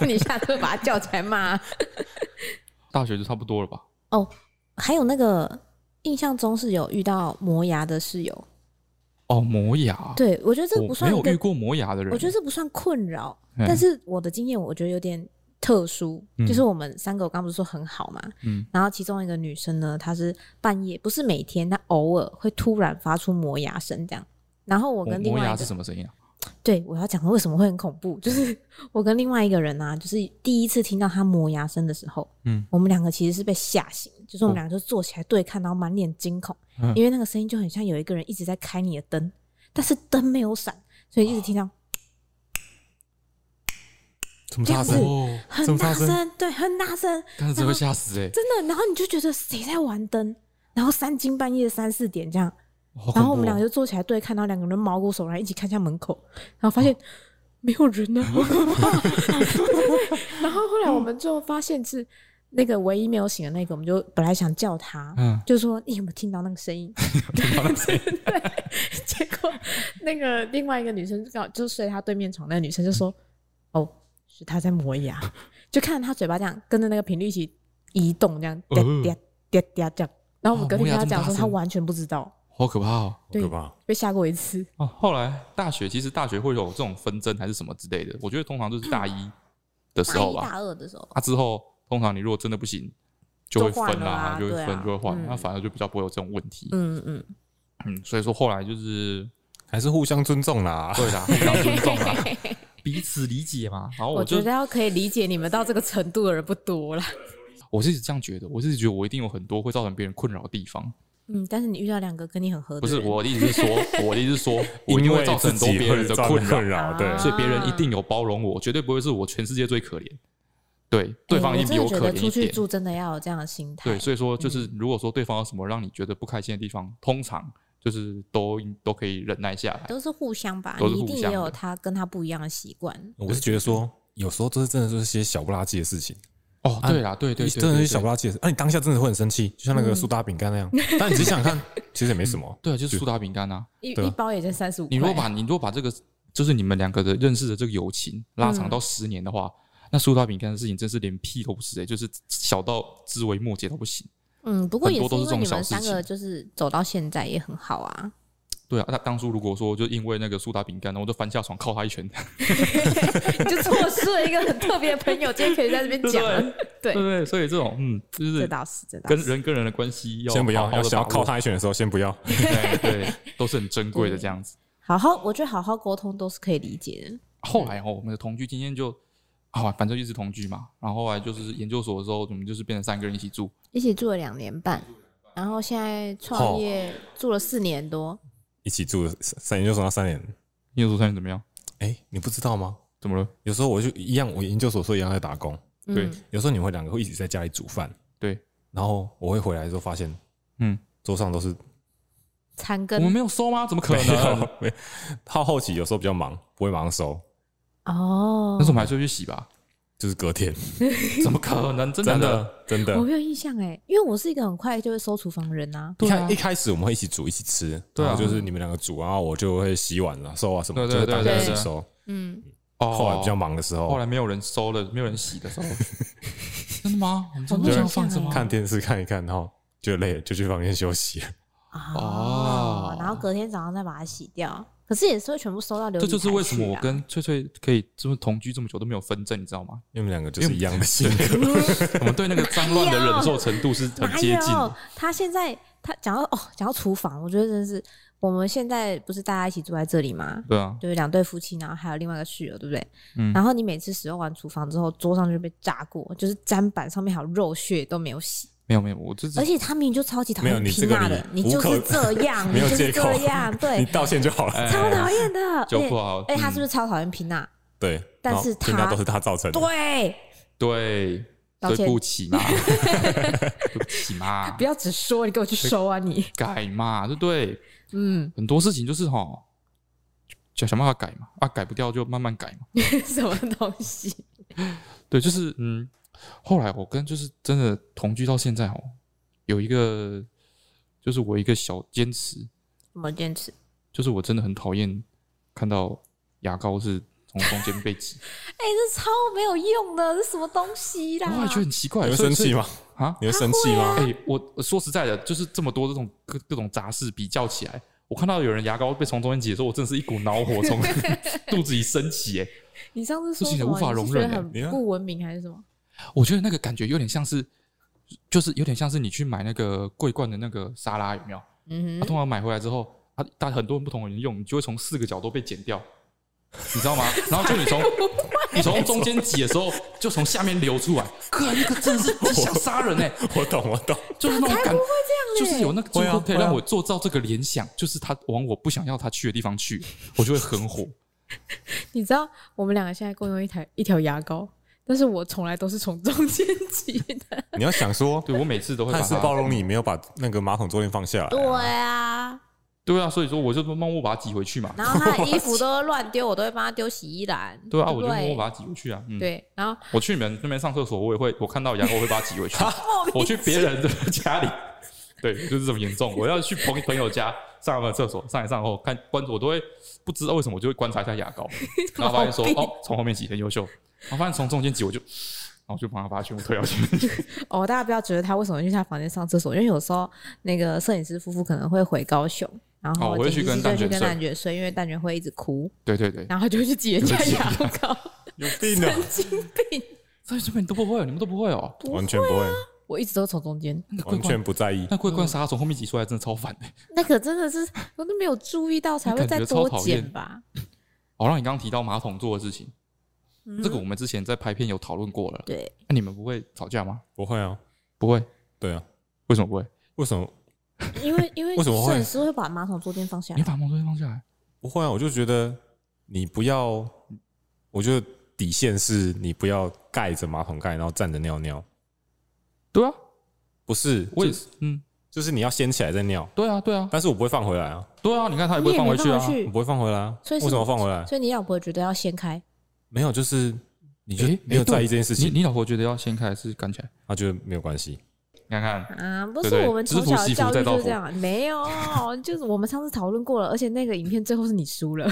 [SPEAKER 1] 那你下次把他叫起来骂。啊
[SPEAKER 2] 大学就差不多了吧？
[SPEAKER 1] 还有那个印象中是有遇到磨牙的室友，
[SPEAKER 2] 哦，磨牙，
[SPEAKER 1] 对我觉得这
[SPEAKER 2] 我
[SPEAKER 1] 不算
[SPEAKER 2] 没
[SPEAKER 1] 一
[SPEAKER 2] 有
[SPEAKER 1] 个
[SPEAKER 2] 遇，过磨牙的人，
[SPEAKER 1] 我觉得这不算困扰，
[SPEAKER 2] 嗯
[SPEAKER 1] 但是我的经验我觉得有点特殊，
[SPEAKER 2] 嗯
[SPEAKER 1] 就是我们三个我刚刚不是说很好嘛，
[SPEAKER 2] 嗯
[SPEAKER 1] 然后其中一个女生呢，她是半夜不是每天，她偶尔会突然发出磨牙声这样。然后我
[SPEAKER 2] 磨
[SPEAKER 1] 跟另
[SPEAKER 2] 磨
[SPEAKER 1] 外
[SPEAKER 2] 牙
[SPEAKER 1] 一
[SPEAKER 2] 是
[SPEAKER 1] 个，
[SPEAKER 2] 什么声音啊？
[SPEAKER 1] 对我要讲的为什么会很恐怖，就是 我跟另外一个人啊，就是第一次听到她磨牙声的时候，
[SPEAKER 2] 嗯哦
[SPEAKER 1] 我们两个其实是被吓醒，就是我们两个就坐起来对看，然后满脸惊恐，
[SPEAKER 2] 嗯
[SPEAKER 1] 因为那个声音就很像有一个人一直在开你的灯，但是灯没有闪，所以一直听到
[SPEAKER 3] 这么
[SPEAKER 1] 这样
[SPEAKER 3] 大
[SPEAKER 1] 子
[SPEAKER 3] 声，
[SPEAKER 2] 哦，
[SPEAKER 3] 这
[SPEAKER 1] 很
[SPEAKER 3] 么大
[SPEAKER 1] 大
[SPEAKER 3] 声
[SPEAKER 1] 声，对，很大声，
[SPEAKER 2] 但是这会吓死哎，
[SPEAKER 1] 真的。然后你就觉得谁在玩灯？然后三更半夜三四点这样，
[SPEAKER 2] 好恐怖哦
[SPEAKER 1] 然后我们两个就坐起来对看，然后两个人毛骨悚然一起看向门口，然后发
[SPEAKER 2] 哦
[SPEAKER 1] 现。 没有人呢、啊，好可怕对对对。然后后来我们最后发现是那个唯一没有醒的那个，我们就本来想叫他，
[SPEAKER 2] 嗯，
[SPEAKER 1] 就说你有没有听到那个声 音？
[SPEAKER 2] 听到那声音，
[SPEAKER 1] 结果那个另外一个女生刚好就睡他对面床，那个女生就说：“哦，是他在磨牙。”就看他嘴巴这样跟着那个频率一起移动，这样
[SPEAKER 2] 哦
[SPEAKER 1] 嗲嗲嗲嗲这样。然后我们隔天跟他讲说，
[SPEAKER 2] 哦磨牙这么大声
[SPEAKER 1] 他完全不知道，
[SPEAKER 2] 好可怕哦！
[SPEAKER 3] 好可
[SPEAKER 1] 对
[SPEAKER 3] 怕。
[SPEAKER 1] 被吓过一次。
[SPEAKER 2] 哦，后来大学其实大学会有这种纷争还是什么之类的，我觉得通常就是大一的时
[SPEAKER 6] 大
[SPEAKER 2] 候
[SPEAKER 6] 一
[SPEAKER 2] 吧。
[SPEAKER 6] 大二的时候，
[SPEAKER 2] 啊，之后通常你如果真的不行，就会
[SPEAKER 6] 就换
[SPEAKER 2] 分
[SPEAKER 6] 了
[SPEAKER 2] 啦，
[SPEAKER 6] 啊
[SPEAKER 2] 就会
[SPEAKER 6] 对啊
[SPEAKER 2] 分就会换，
[SPEAKER 1] 嗯
[SPEAKER 2] 那反而就比较不会有这种问题。
[SPEAKER 1] 嗯嗯，
[SPEAKER 2] 嗯，所以说后来就是
[SPEAKER 3] 还是互相尊重啦。
[SPEAKER 2] 对 啦，互相尊重啦，彼此理解嘛。然后
[SPEAKER 1] 我
[SPEAKER 2] 哦我就
[SPEAKER 1] 觉得要可以理解你们到这个程度的人不 多了。
[SPEAKER 2] 我是一直这样觉得，我是一直觉得我一定有很多会造成别人困扰的地方。
[SPEAKER 1] 嗯，但是你遇到两个跟你很合的
[SPEAKER 2] 不是
[SPEAKER 1] 人
[SPEAKER 2] 我的意思是 说，我的意思是说，我一
[SPEAKER 3] 因
[SPEAKER 2] 定
[SPEAKER 3] 为
[SPEAKER 2] 会造成很多别人的困扰
[SPEAKER 3] 困，扰，对，
[SPEAKER 1] 啊
[SPEAKER 2] 所以别人一定有包容我，绝对不会是我全世界最可怜。对，对方一定比
[SPEAKER 1] 哎我真的觉
[SPEAKER 2] 可
[SPEAKER 1] 得
[SPEAKER 2] 怜一
[SPEAKER 1] 出去
[SPEAKER 2] 点。
[SPEAKER 1] 住真的要有这样的心态。
[SPEAKER 2] 对，所以
[SPEAKER 3] 嗯
[SPEAKER 2] 说就是如果说对方有什么让你觉得不开心的地方，通常就是都都可以忍耐下来。
[SPEAKER 6] 都是互相吧，
[SPEAKER 2] 都是
[SPEAKER 6] 你一
[SPEAKER 2] 互
[SPEAKER 6] 定
[SPEAKER 2] 相
[SPEAKER 6] 也有
[SPEAKER 2] 的
[SPEAKER 6] 他跟他不一样的习惯。
[SPEAKER 3] 我是觉得说，有时候这是真的就是些小不拉几的事情，
[SPEAKER 2] 哦，对啦，对对
[SPEAKER 3] 啊你
[SPEAKER 2] 对，
[SPEAKER 3] 真的
[SPEAKER 2] 对嗯
[SPEAKER 3] 是小不。拉几的事。啊，你当下真的会很生气，就像那个苏打饼干那样。但你只 想看，其实也没什么。
[SPEAKER 2] 对对啊，就是苏打饼干啊。
[SPEAKER 1] 一
[SPEAKER 3] 对啊
[SPEAKER 1] 一包也就三十五。
[SPEAKER 2] 你如果把你如果把这个就是你们两个的认识的这个友
[SPEAKER 3] 嗯
[SPEAKER 2] 情拉长到十年的话，那苏打饼干的事情真是连屁都不是哎、就是小到枝微末节都不行。
[SPEAKER 6] 嗯，不过
[SPEAKER 2] 很
[SPEAKER 6] 也
[SPEAKER 2] 多
[SPEAKER 6] 是
[SPEAKER 2] 都
[SPEAKER 6] 因
[SPEAKER 2] 是
[SPEAKER 6] 为
[SPEAKER 2] 这种
[SPEAKER 6] 你
[SPEAKER 2] 小
[SPEAKER 6] 们
[SPEAKER 2] 事
[SPEAKER 6] 三个
[SPEAKER 2] 情
[SPEAKER 6] 就是走到现在也很好啊。
[SPEAKER 2] 对啊，那当初如果说就因为那个苏打饼干，然后我就翻下床靠他一拳，
[SPEAKER 1] 你就错失了一个很特别的朋友，今天可以在这边讲了。
[SPEAKER 2] 对
[SPEAKER 1] 对
[SPEAKER 2] 不对？所以这种嗯，就
[SPEAKER 1] 这
[SPEAKER 2] 是
[SPEAKER 1] 倒是，这倒
[SPEAKER 2] 跟
[SPEAKER 1] 是。
[SPEAKER 2] 人跟人的关系要
[SPEAKER 3] 先不
[SPEAKER 2] 好
[SPEAKER 3] 要，
[SPEAKER 2] 好
[SPEAKER 3] 要
[SPEAKER 2] 地
[SPEAKER 3] 想要
[SPEAKER 2] 把
[SPEAKER 3] 靠
[SPEAKER 2] 握，
[SPEAKER 3] 他一拳的时候，先不要。
[SPEAKER 2] 对对，都是很珍贵的这样子。
[SPEAKER 1] 好好，我觉得好好沟通都是可以理解的。
[SPEAKER 2] 后来哦，我们的同居今天就啊，反正一直同居嘛，然后后来就是研究所的时候，我们就是变成三个人一起住，
[SPEAKER 1] 一起住了两年半，然后现在创业住了四年多，
[SPEAKER 3] 一起住三三年就说到三年，
[SPEAKER 2] 研究所三人怎么样？
[SPEAKER 3] 哎，你不知道吗？
[SPEAKER 2] 怎么了？
[SPEAKER 3] 有时候我就一样，我研究所说一样在打工。
[SPEAKER 2] 对
[SPEAKER 1] 嗯
[SPEAKER 3] 有时候你们会两个会一起在家里煮饭，
[SPEAKER 2] 对，
[SPEAKER 3] 然后我会回来的时候发现
[SPEAKER 2] 嗯，
[SPEAKER 3] 桌上都是
[SPEAKER 1] 残
[SPEAKER 2] 我们
[SPEAKER 1] 羹
[SPEAKER 2] 没有收吗？怎么可
[SPEAKER 3] 没有
[SPEAKER 2] 能？，
[SPEAKER 3] 没到后期有时候比较忙，不会马上收，
[SPEAKER 1] 哦
[SPEAKER 2] 但是我们还是会去洗吧？
[SPEAKER 3] 就是 隔天，
[SPEAKER 2] 怎么可能？真
[SPEAKER 3] 真
[SPEAKER 2] 的？
[SPEAKER 3] 的真的
[SPEAKER 1] 我。没有印象哎，因为我是一个很快就会收厨房的人啊。
[SPEAKER 3] 你
[SPEAKER 2] 对啊
[SPEAKER 3] 看一开始我们会一起煮一起吃，
[SPEAKER 2] 对啊
[SPEAKER 3] 然后就是你们两个煮，然后我就会洗碗啊、收啊什么，
[SPEAKER 2] 对对
[SPEAKER 3] 就是大
[SPEAKER 2] 对
[SPEAKER 3] 家
[SPEAKER 2] 对
[SPEAKER 3] 一起
[SPEAKER 2] 对
[SPEAKER 3] 收。
[SPEAKER 1] 嗯，
[SPEAKER 2] 哦
[SPEAKER 3] 后来比较忙的时
[SPEAKER 2] 后
[SPEAKER 3] 候，
[SPEAKER 2] 来没有人收了，没有人洗的 时候，真的吗？我们真
[SPEAKER 1] 我
[SPEAKER 2] 的
[SPEAKER 1] 没
[SPEAKER 2] 这
[SPEAKER 1] 有
[SPEAKER 2] 样放着
[SPEAKER 1] 想
[SPEAKER 2] 吗？
[SPEAKER 1] 欸
[SPEAKER 3] 看电视看一看，然后就累了，就去房间休息。
[SPEAKER 2] 哦
[SPEAKER 1] 哦，啊然后隔天早上再把它洗掉，可是也是会全部收到琉璃台去
[SPEAKER 2] 这
[SPEAKER 1] 啊。
[SPEAKER 2] 就是为什么我跟翠翠可以这么同居这么久都没有纷争，你知道吗？
[SPEAKER 3] 因为你们两个就是一样的性格，
[SPEAKER 2] 我们对那个脏乱的忍受程度是很
[SPEAKER 1] 哪
[SPEAKER 2] 接近的。啊
[SPEAKER 1] 有？他现在他讲到哦，讲到厨房，我觉得真的是我们现在不是大家一起住在这里吗？
[SPEAKER 2] 对啊，
[SPEAKER 1] 就是两对夫妻，然后还有另外一个室友，对不对？
[SPEAKER 2] 嗯
[SPEAKER 1] 然后你每次使用完厨房之后，桌上就被炸过，就是砧板上面还有肉屑都没有洗，
[SPEAKER 2] 没有没有，我这
[SPEAKER 1] 而且他明明就超级讨
[SPEAKER 3] 没有
[SPEAKER 1] 厌
[SPEAKER 3] 你
[SPEAKER 1] 皮
[SPEAKER 3] 这个
[SPEAKER 1] 娜
[SPEAKER 3] 理
[SPEAKER 1] 的， 你
[SPEAKER 3] 无
[SPEAKER 1] 就
[SPEAKER 3] 可
[SPEAKER 1] 是这 样，你
[SPEAKER 3] 没有
[SPEAKER 1] 就是
[SPEAKER 3] 借口
[SPEAKER 1] 这 样，
[SPEAKER 3] 你
[SPEAKER 1] 对，
[SPEAKER 3] 道歉就好了。
[SPEAKER 2] 哎
[SPEAKER 1] 超讨厌 的。
[SPEAKER 2] 就不好。
[SPEAKER 1] 哎，他是不
[SPEAKER 2] 是
[SPEAKER 1] 是超讨厌皮娜？
[SPEAKER 3] 对，
[SPEAKER 1] 但是
[SPEAKER 3] 然后平常
[SPEAKER 1] 他
[SPEAKER 3] 都是他造成的。
[SPEAKER 1] 对，
[SPEAKER 2] 对？
[SPEAKER 1] 道
[SPEAKER 2] 对
[SPEAKER 1] 歉
[SPEAKER 2] 不起 嘛，对不起嘛
[SPEAKER 1] 不，要只说，你给我去收啊你。
[SPEAKER 2] 改嘛，对不对？
[SPEAKER 1] 嗯，
[SPEAKER 2] 很多事情就是哈，就想办法改嘛，啊，改不掉就慢慢改嘛。
[SPEAKER 1] 什么东西？
[SPEAKER 2] 对，就是嗯，后来我跟就是真的同居到现在哦，有一个就是我一个小坚持，
[SPEAKER 1] 什么坚持？
[SPEAKER 2] 就是我真的很讨厌看到牙膏是从中间 被挤，
[SPEAKER 1] 哎、这超没有用的，这什么东西啦？
[SPEAKER 2] 我也觉得很奇怪，
[SPEAKER 3] 你会
[SPEAKER 2] 所以
[SPEAKER 3] 生气？吗？
[SPEAKER 2] 所以啊，
[SPEAKER 3] 你会生气吗？
[SPEAKER 2] 哎、我我说实在的，就是这么多这种各各种杂事比较起来，我看到有人牙膏被从中间挤的时候，我真的是一股恼火从 肚子里升起、哎，
[SPEAKER 1] 你上次
[SPEAKER 2] 这
[SPEAKER 1] 说
[SPEAKER 2] 是你
[SPEAKER 1] 什
[SPEAKER 2] 无
[SPEAKER 1] 么？
[SPEAKER 2] 法
[SPEAKER 1] 你
[SPEAKER 2] 容
[SPEAKER 1] 是
[SPEAKER 2] 忍
[SPEAKER 1] 觉得
[SPEAKER 2] 的
[SPEAKER 3] 你
[SPEAKER 1] 很
[SPEAKER 3] 看
[SPEAKER 1] 不文明还是什么？
[SPEAKER 2] 我觉得那个感觉有点像是，就是有点像是你去买那个桂冠的那个沙拉，有没有？
[SPEAKER 1] 嗯
[SPEAKER 2] 他、，通常买回来之后，他但很多人不同的人用，你就会从四个角都被剪掉，你知道吗？然后就你从你从中间挤的时候，就从下面流出来，哥，那个真的是真想杀人哎、
[SPEAKER 3] 我懂，我懂。
[SPEAKER 2] 就是那种感，
[SPEAKER 1] 这样欸
[SPEAKER 2] 就是有那个，就
[SPEAKER 3] 会啊
[SPEAKER 2] 是可以
[SPEAKER 3] 会啊
[SPEAKER 2] 让我做到这个联想，就是他往我不想要他去的地方去，我就会很火。
[SPEAKER 1] 你知道我们两个现在共用一台一条牙膏，但是我从来都是从中间挤 的。
[SPEAKER 3] 你要想说，
[SPEAKER 2] 对我每次都会
[SPEAKER 3] 他
[SPEAKER 2] 把
[SPEAKER 3] 也是
[SPEAKER 2] 它
[SPEAKER 3] 包容你没有把那个马桶坐垫放下来啊、
[SPEAKER 6] 对啊，
[SPEAKER 2] 对啊，所以说我就默默把它挤回去嘛。
[SPEAKER 1] 然后他的衣服都乱丢，我都会帮他丢洗衣篮。
[SPEAKER 2] 对啊，
[SPEAKER 1] 不
[SPEAKER 2] 我就默默把它挤回去啊。嗯，
[SPEAKER 1] 对，然后
[SPEAKER 2] 我去你们那边上厕所，我也会，我看到牙膏我会把它挤回去。我去别人的家里，对，就是这么严重。我要去朋朋友家上他们的厕所，上一上后看关注，我都会不知道为什么我就会观察一下 牙膏，然后发现说
[SPEAKER 1] 毛病
[SPEAKER 2] 哦，从后面挤很优秀，然后发现从中间挤我就，然后我就把它把它全部推下去。
[SPEAKER 1] 哦，大家不要觉得他为什么去他房间上厕所，因为有时候那个摄影师夫妇可能会回高雄，然
[SPEAKER 2] 哦
[SPEAKER 1] 后
[SPEAKER 2] 我会
[SPEAKER 1] 剪
[SPEAKER 2] 去
[SPEAKER 1] 辑
[SPEAKER 2] 跟
[SPEAKER 1] 师
[SPEAKER 2] 蛋
[SPEAKER 1] 就去
[SPEAKER 2] 卷
[SPEAKER 1] 跟
[SPEAKER 2] 睡
[SPEAKER 1] 蛋卷睡，因为蛋卷会一直哭，
[SPEAKER 2] 对对对，
[SPEAKER 1] 然后就会去挤人家
[SPEAKER 2] 就会挤
[SPEAKER 1] 牙 膏。
[SPEAKER 3] 有病啊！
[SPEAKER 2] 所以这边你都不会哦，你们都不会哦。
[SPEAKER 1] 啊
[SPEAKER 3] 完全不会，
[SPEAKER 1] 我一直都从中间，
[SPEAKER 2] 那桂
[SPEAKER 3] 完
[SPEAKER 2] 冠
[SPEAKER 3] 全，不在意。
[SPEAKER 2] 那桂冠沙从后面挤出来真的超烦的。欸
[SPEAKER 1] 那个真的是我都没有注意到，才会
[SPEAKER 2] 感
[SPEAKER 1] 再
[SPEAKER 2] 觉超
[SPEAKER 1] 多
[SPEAKER 2] 讨
[SPEAKER 1] 剪
[SPEAKER 2] 厌
[SPEAKER 1] 吧。
[SPEAKER 2] 好，让你刚刚提到马桶座的事情，这
[SPEAKER 1] 嗯
[SPEAKER 2] 个我们之前在拍片有讨论过了。
[SPEAKER 1] 对，
[SPEAKER 2] 那你们不会吵架吗？
[SPEAKER 3] 不会啊，
[SPEAKER 2] 不会，
[SPEAKER 3] 对啊，
[SPEAKER 2] 为什么不会？
[SPEAKER 3] 为什么
[SPEAKER 1] 因为因为
[SPEAKER 3] 为什么会
[SPEAKER 1] 摄影师会把马桶坐垫放下
[SPEAKER 2] 你
[SPEAKER 1] 来？
[SPEAKER 2] 把马桶放下来，
[SPEAKER 3] 不会啊？我就觉得你不要，我觉得底线是你不要盖着马桶盖，然后站着尿尿。
[SPEAKER 2] 对啊，
[SPEAKER 3] 不是，
[SPEAKER 2] 我也，
[SPEAKER 3] 就是
[SPEAKER 2] 嗯，
[SPEAKER 3] 就是你要掀起来再尿，
[SPEAKER 2] 对啊，对啊，
[SPEAKER 3] 但是我不会放回来啊，
[SPEAKER 2] 对啊，你看他也不
[SPEAKER 1] 你
[SPEAKER 2] 会
[SPEAKER 1] 也
[SPEAKER 2] 放
[SPEAKER 1] 没
[SPEAKER 2] 回
[SPEAKER 1] 放
[SPEAKER 2] 去啊，
[SPEAKER 3] 我不会放回来啊。
[SPEAKER 1] 所
[SPEAKER 3] 为
[SPEAKER 1] 以是
[SPEAKER 3] 什么放回来？
[SPEAKER 1] 所以你老婆觉得要掀开，
[SPEAKER 3] 没有，就是你就
[SPEAKER 2] 诶
[SPEAKER 3] 没有
[SPEAKER 2] 诶对
[SPEAKER 3] 在意这件事
[SPEAKER 2] 你
[SPEAKER 3] 情，
[SPEAKER 2] 你老婆觉得要掀开还是干起来？
[SPEAKER 3] 他觉得没有关系。
[SPEAKER 2] 你看看，
[SPEAKER 1] 啊，不是
[SPEAKER 2] 对对
[SPEAKER 1] 我们
[SPEAKER 2] 知
[SPEAKER 1] 从
[SPEAKER 2] 福
[SPEAKER 1] 小的
[SPEAKER 2] 惜福
[SPEAKER 1] 教
[SPEAKER 2] 再
[SPEAKER 1] 育
[SPEAKER 2] 到
[SPEAKER 1] 就是
[SPEAKER 2] 福
[SPEAKER 1] 这样，没有， 就是我们上次讨论过了，而且那个影片最后是你输 了，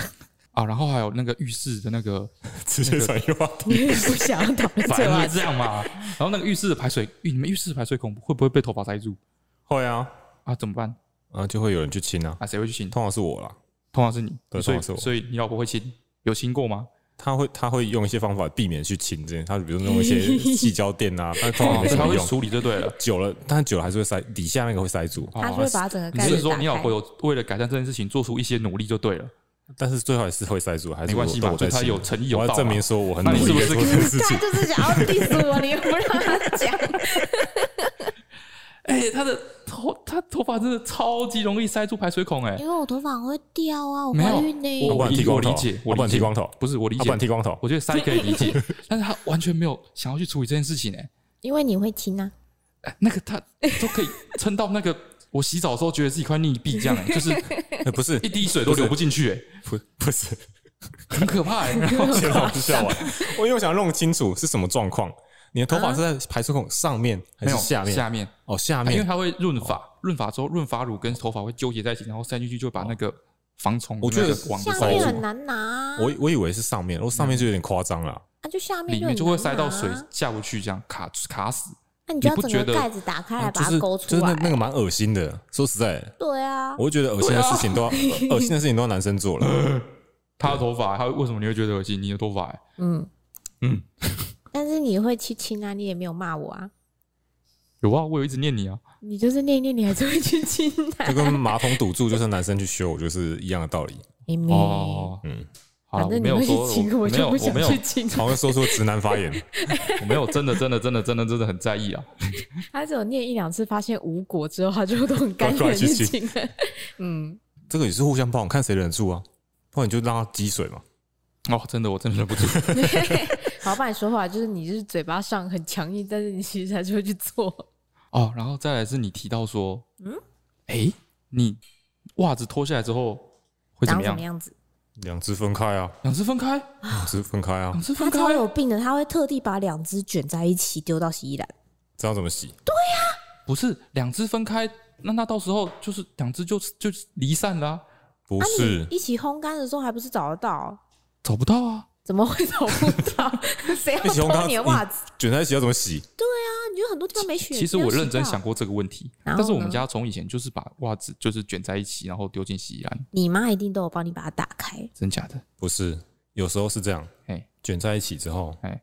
[SPEAKER 2] 啊，然后还有那个浴室的那个，
[SPEAKER 3] 直接转移话题。
[SPEAKER 1] 你也不想要讨论
[SPEAKER 2] 反
[SPEAKER 1] 这个
[SPEAKER 2] 正会
[SPEAKER 1] 话
[SPEAKER 2] 这
[SPEAKER 1] 题。
[SPEAKER 2] 样嘛。然后那个浴室的排水，浴你们浴室的排水孔会不会被头发塞住
[SPEAKER 3] 会啊，
[SPEAKER 2] 啊？怎么办
[SPEAKER 3] 啊，就会有人去亲啊，
[SPEAKER 2] 啊？谁会去亲？
[SPEAKER 3] 通常是我啦。
[SPEAKER 2] 通常是你，
[SPEAKER 3] 对
[SPEAKER 2] 所以
[SPEAKER 3] 通常是我
[SPEAKER 2] 所以你老婆会亲，有亲过吗？
[SPEAKER 3] 他会他会用一些方法避免去亲这件，他比如弄一些细胶垫啊，但通常没什
[SPEAKER 2] 他
[SPEAKER 3] 么
[SPEAKER 2] 会
[SPEAKER 3] 用。
[SPEAKER 2] 处理就对了。
[SPEAKER 3] 久了，但久了还是会塞，底下那个会塞住，
[SPEAKER 1] 他就会把它整个
[SPEAKER 2] 你
[SPEAKER 1] 盖
[SPEAKER 2] 是
[SPEAKER 1] 子
[SPEAKER 2] 说
[SPEAKER 1] 打
[SPEAKER 2] 你老
[SPEAKER 1] 开
[SPEAKER 2] 婆。有为了改善这件事情做出一些努力就对了？
[SPEAKER 3] 但是最后也是会塞住，还是
[SPEAKER 2] 没关系
[SPEAKER 3] 我
[SPEAKER 2] 吧
[SPEAKER 3] 我在
[SPEAKER 2] 就他
[SPEAKER 3] 亲
[SPEAKER 2] 有诚意有
[SPEAKER 3] 我
[SPEAKER 2] 道嘛
[SPEAKER 3] 要证明说我很
[SPEAKER 2] 那
[SPEAKER 3] 努
[SPEAKER 2] 你
[SPEAKER 3] 力
[SPEAKER 2] 是不
[SPEAKER 3] 在
[SPEAKER 2] 是
[SPEAKER 3] 做这件事
[SPEAKER 1] 他
[SPEAKER 3] 情。
[SPEAKER 1] 就是想要 diss 我，你又不让他讲。
[SPEAKER 2] 哎、他的头，他头发真的超级容易塞住排水孔、哎，
[SPEAKER 1] 因为我头发很会掉啊，我
[SPEAKER 2] 没
[SPEAKER 1] 怀
[SPEAKER 2] 有
[SPEAKER 1] 孕呢。
[SPEAKER 2] 我
[SPEAKER 3] 他不然
[SPEAKER 2] 理
[SPEAKER 3] 剃光
[SPEAKER 2] 我
[SPEAKER 3] 头
[SPEAKER 2] 理解，我
[SPEAKER 3] 他
[SPEAKER 2] 理
[SPEAKER 3] 不然
[SPEAKER 2] 解
[SPEAKER 3] 剃光头
[SPEAKER 2] 不是我理
[SPEAKER 3] 他
[SPEAKER 2] 解，
[SPEAKER 3] 不然剃光头，
[SPEAKER 2] 我觉得 塞可以理解，但是他完全没有想要去处理这件事情、哎
[SPEAKER 1] 因为你会亲 啊，
[SPEAKER 2] 哎，那个他都可以撑到那个。 我洗澡的时候觉得自己快溺毙，这样、哎，就是
[SPEAKER 3] 哎不是
[SPEAKER 2] 一滴水都流不进去、
[SPEAKER 3] 不不是，
[SPEAKER 2] 哎，很可怕、哎然后
[SPEAKER 3] 先让我笑完。我因为我想弄清楚是什么状况，你的头发是在排水孔上面还
[SPEAKER 2] 没
[SPEAKER 3] 是
[SPEAKER 2] 有
[SPEAKER 3] 下面？
[SPEAKER 2] 下面，
[SPEAKER 3] 哦，下
[SPEAKER 2] 因为
[SPEAKER 3] 面。
[SPEAKER 2] 它会
[SPEAKER 3] 哦
[SPEAKER 2] 润发，润发之后润发乳跟头发会纠结在一起，然后塞进去就把那个防虫
[SPEAKER 3] 哦我觉得
[SPEAKER 2] 那个网子
[SPEAKER 1] 下
[SPEAKER 2] 塞
[SPEAKER 1] 面
[SPEAKER 2] 住。
[SPEAKER 1] 很难拿啊，
[SPEAKER 3] 我我以为是上面，我上面就有点夸张了。
[SPEAKER 1] 啊就下面
[SPEAKER 2] 里面
[SPEAKER 1] 就很
[SPEAKER 2] 就
[SPEAKER 1] 难
[SPEAKER 2] 会塞到
[SPEAKER 1] 拿啊
[SPEAKER 2] 水下不去，这样卡卡死。
[SPEAKER 1] 那你就要
[SPEAKER 2] 你不
[SPEAKER 1] 整
[SPEAKER 2] 觉
[SPEAKER 1] 个
[SPEAKER 2] 得哦
[SPEAKER 1] 盖子打开来把
[SPEAKER 3] 就
[SPEAKER 1] 它
[SPEAKER 3] 是
[SPEAKER 1] 勾
[SPEAKER 3] 就
[SPEAKER 1] 出
[SPEAKER 3] 是那那
[SPEAKER 1] 来。
[SPEAKER 3] 个蛮恶心的，说实在，
[SPEAKER 1] 对啊，
[SPEAKER 3] 我会觉得恶心的事情都要恶心的事情都要男生做了。
[SPEAKER 2] 他的头发，他为什么你会觉得恶心？你的头发、欸，
[SPEAKER 1] 嗯
[SPEAKER 2] 嗯，
[SPEAKER 1] 但是你会去亲啊，你也没有骂我啊，
[SPEAKER 2] 有啊，我有一直念你啊。
[SPEAKER 1] 你就是念一念，你还是会去亲啊。
[SPEAKER 3] 就跟马桶堵住就是男生去修，就是一样的道理。
[SPEAKER 1] 妹妹，
[SPEAKER 2] 哦，
[SPEAKER 3] 嗯，
[SPEAKER 2] 好啦
[SPEAKER 1] 反正
[SPEAKER 2] 我
[SPEAKER 1] 你
[SPEAKER 2] 没有
[SPEAKER 1] 会
[SPEAKER 2] 说，
[SPEAKER 1] 去亲，我
[SPEAKER 2] 我没
[SPEAKER 1] 就
[SPEAKER 2] 有，
[SPEAKER 1] 不
[SPEAKER 2] 我
[SPEAKER 1] 想
[SPEAKER 2] 没有
[SPEAKER 1] 去，亲。
[SPEAKER 3] 好像说出直男发言，
[SPEAKER 2] 我没有，真的，真的，真的，真的，真的很在意啊。
[SPEAKER 1] 他只有念一两次，发现无果之后，他就都 很甘
[SPEAKER 3] 乖乖
[SPEAKER 1] 愿
[SPEAKER 3] 去
[SPEAKER 1] 去
[SPEAKER 3] 亲
[SPEAKER 1] 亲了。嗯，
[SPEAKER 3] 这个也是互相帮，看谁忍得住啊。不然你就让他积水嘛。
[SPEAKER 2] 哦，真的，我真的忍 不住。
[SPEAKER 1] 老板说话就是你就是嘴巴上很强硬，但是你其实还是会去做。
[SPEAKER 2] 哦，然后再来是你提到说，嗯，哎、你袜子脱下来之后会怎
[SPEAKER 1] 长
[SPEAKER 2] 么
[SPEAKER 1] 什
[SPEAKER 2] 样
[SPEAKER 1] 么？样子？
[SPEAKER 3] 两只分开啊，
[SPEAKER 2] 两只分开，
[SPEAKER 3] 两只分开啊
[SPEAKER 2] 两，只分
[SPEAKER 1] 他
[SPEAKER 2] 开
[SPEAKER 1] 超，有病的，他会特地把两只卷在一起丢到洗衣篮。
[SPEAKER 3] 知道怎么洗？
[SPEAKER 2] 不是两只分开，那那到时候就是两只就就是离散了、啊，
[SPEAKER 3] 不
[SPEAKER 1] 啊，
[SPEAKER 3] 是
[SPEAKER 1] 你，一起烘干的时候还不是找得到？
[SPEAKER 2] 找不到啊。
[SPEAKER 1] 怎么会找不 到？谁要
[SPEAKER 3] 一起烘
[SPEAKER 1] 偷
[SPEAKER 3] 干
[SPEAKER 1] 你的袜子？
[SPEAKER 3] 嗯卷在一起要怎么洗？
[SPEAKER 1] 啊，你就很多地方没选。
[SPEAKER 2] 其实
[SPEAKER 1] 没有
[SPEAKER 2] 我
[SPEAKER 1] 洗
[SPEAKER 2] 认真
[SPEAKER 1] 到
[SPEAKER 2] 想，过这个问题，
[SPEAKER 1] 然
[SPEAKER 2] 但是
[SPEAKER 1] 后
[SPEAKER 2] 我们
[SPEAKER 1] 呢
[SPEAKER 2] 家从以前就是把袜子就是卷在一起，然后丢进洗衣篮，
[SPEAKER 1] 你妈一定都有帮你把它打开。
[SPEAKER 2] 真假的？
[SPEAKER 3] 不是，有时候是这样，
[SPEAKER 2] 哎
[SPEAKER 3] 卷在一起之后，
[SPEAKER 2] 哎，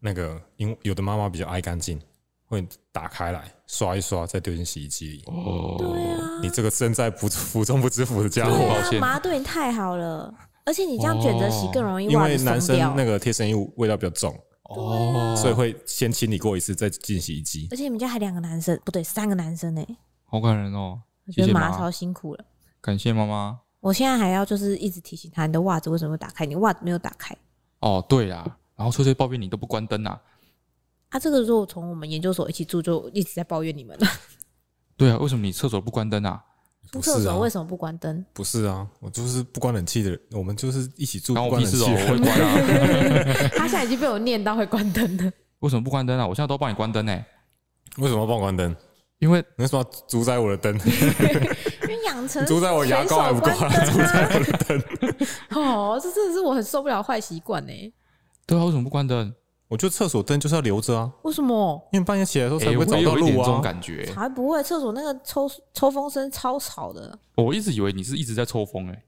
[SPEAKER 3] 那个因为有的妈妈比较爱干净，会打开来刷一刷，再丢进洗衣机里。
[SPEAKER 1] 嗯
[SPEAKER 2] 哦，
[SPEAKER 3] 你这个身在福 福中不知福的家
[SPEAKER 2] 对
[SPEAKER 3] 伙，
[SPEAKER 2] 抱
[SPEAKER 1] 对
[SPEAKER 2] 歉
[SPEAKER 1] 啊，妈对你太好了，而且你这样卷着洗更容易
[SPEAKER 3] 哦因
[SPEAKER 1] 袜子
[SPEAKER 3] 为男
[SPEAKER 1] 松
[SPEAKER 3] 生
[SPEAKER 1] 掉。
[SPEAKER 3] 那个贴身衣物味道比较重，
[SPEAKER 1] 啊
[SPEAKER 2] 哦，
[SPEAKER 3] 所以会先清理过一次再进洗衣机。
[SPEAKER 1] 而且你们家还两个男生，不对，三个男生呢、
[SPEAKER 2] 好感人哦，
[SPEAKER 1] 我
[SPEAKER 2] 谢
[SPEAKER 1] 觉
[SPEAKER 2] 谢
[SPEAKER 1] 得妈
[SPEAKER 2] 妈，
[SPEAKER 1] 超辛苦了。
[SPEAKER 2] 感谢妈妈。
[SPEAKER 1] 我现在还要就是一直提醒他，你的袜子为什么会打开？你袜子没有打开。
[SPEAKER 2] 哦，对啦，然后翠翠抱怨你都不关灯啊，
[SPEAKER 1] 啊，这个时候从我们研究所一起住就一直在抱怨你们了。
[SPEAKER 2] 对啊，为什么你厕所不关灯啊？
[SPEAKER 1] 出
[SPEAKER 3] 不
[SPEAKER 1] 厕
[SPEAKER 3] 是啊
[SPEAKER 1] 所为什么不关灯？
[SPEAKER 3] 不是啊，我就是不关冷气的人，我们就是一起住
[SPEAKER 2] 然
[SPEAKER 3] 不
[SPEAKER 2] 后
[SPEAKER 3] 关
[SPEAKER 2] 我屁
[SPEAKER 3] 冷
[SPEAKER 2] 事
[SPEAKER 3] 气
[SPEAKER 2] 哦，
[SPEAKER 3] 的
[SPEAKER 2] 我会
[SPEAKER 3] 人。
[SPEAKER 2] 关啊。
[SPEAKER 1] 他现在已经被我念到会关灯了。
[SPEAKER 2] 为什么不关灯啊？我现在都帮你关灯呢，
[SPEAKER 3] 为什么要帮我关灯？
[SPEAKER 2] 因为
[SPEAKER 3] 你为什么要主宰我的 灯？
[SPEAKER 1] 因为养成
[SPEAKER 3] 主宰我牙膏还不够啊
[SPEAKER 1] 选手关灯啊 哦，这真的是我很受不了的坏习惯欸呢。
[SPEAKER 2] 对啊，为什么不关灯？
[SPEAKER 3] 我觉得厕所灯就是要留着啊，
[SPEAKER 1] 为什么？
[SPEAKER 3] 因为半夜起来的时候才
[SPEAKER 2] 哎
[SPEAKER 3] 不会
[SPEAKER 2] 我
[SPEAKER 3] 找
[SPEAKER 2] 也
[SPEAKER 3] 到
[SPEAKER 2] 有一点
[SPEAKER 3] 路
[SPEAKER 2] 这种
[SPEAKER 3] 啊。
[SPEAKER 2] 感觉。
[SPEAKER 1] 才不会，厕所那个抽抽风声超吵的。
[SPEAKER 2] 我一直以为你是一直在抽风哎，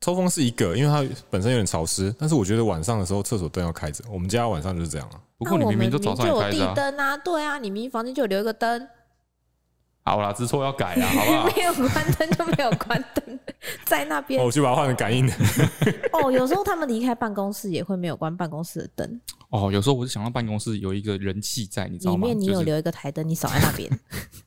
[SPEAKER 3] 抽风是一个，因为它本身有点潮湿，但是我觉得晚上的时候厕所灯要开着。我们家晚上就是这样啊。
[SPEAKER 2] 不过你
[SPEAKER 1] 那我
[SPEAKER 2] 明
[SPEAKER 1] 们明
[SPEAKER 2] 明就早上
[SPEAKER 1] 就
[SPEAKER 2] 也
[SPEAKER 1] 有
[SPEAKER 2] 开着
[SPEAKER 1] 地
[SPEAKER 2] 啊。
[SPEAKER 1] 灯啊，对啊，你明明房间就有留一个灯，
[SPEAKER 2] 好啦，知错要改啊，好不好？
[SPEAKER 1] 没有关灯就没有关灯， 在那边
[SPEAKER 3] 哦，我去把它换成感应的。
[SPEAKER 1] 哦。有时候他们离开办公室也会没有关办公室的灯，
[SPEAKER 2] 哦，有时候我就想到办公室有一个人气在，你知道
[SPEAKER 1] 里
[SPEAKER 2] 吗？
[SPEAKER 1] 面你
[SPEAKER 2] 就
[SPEAKER 1] 有
[SPEAKER 2] 是哦
[SPEAKER 1] 留一个台灯，你少在那 边，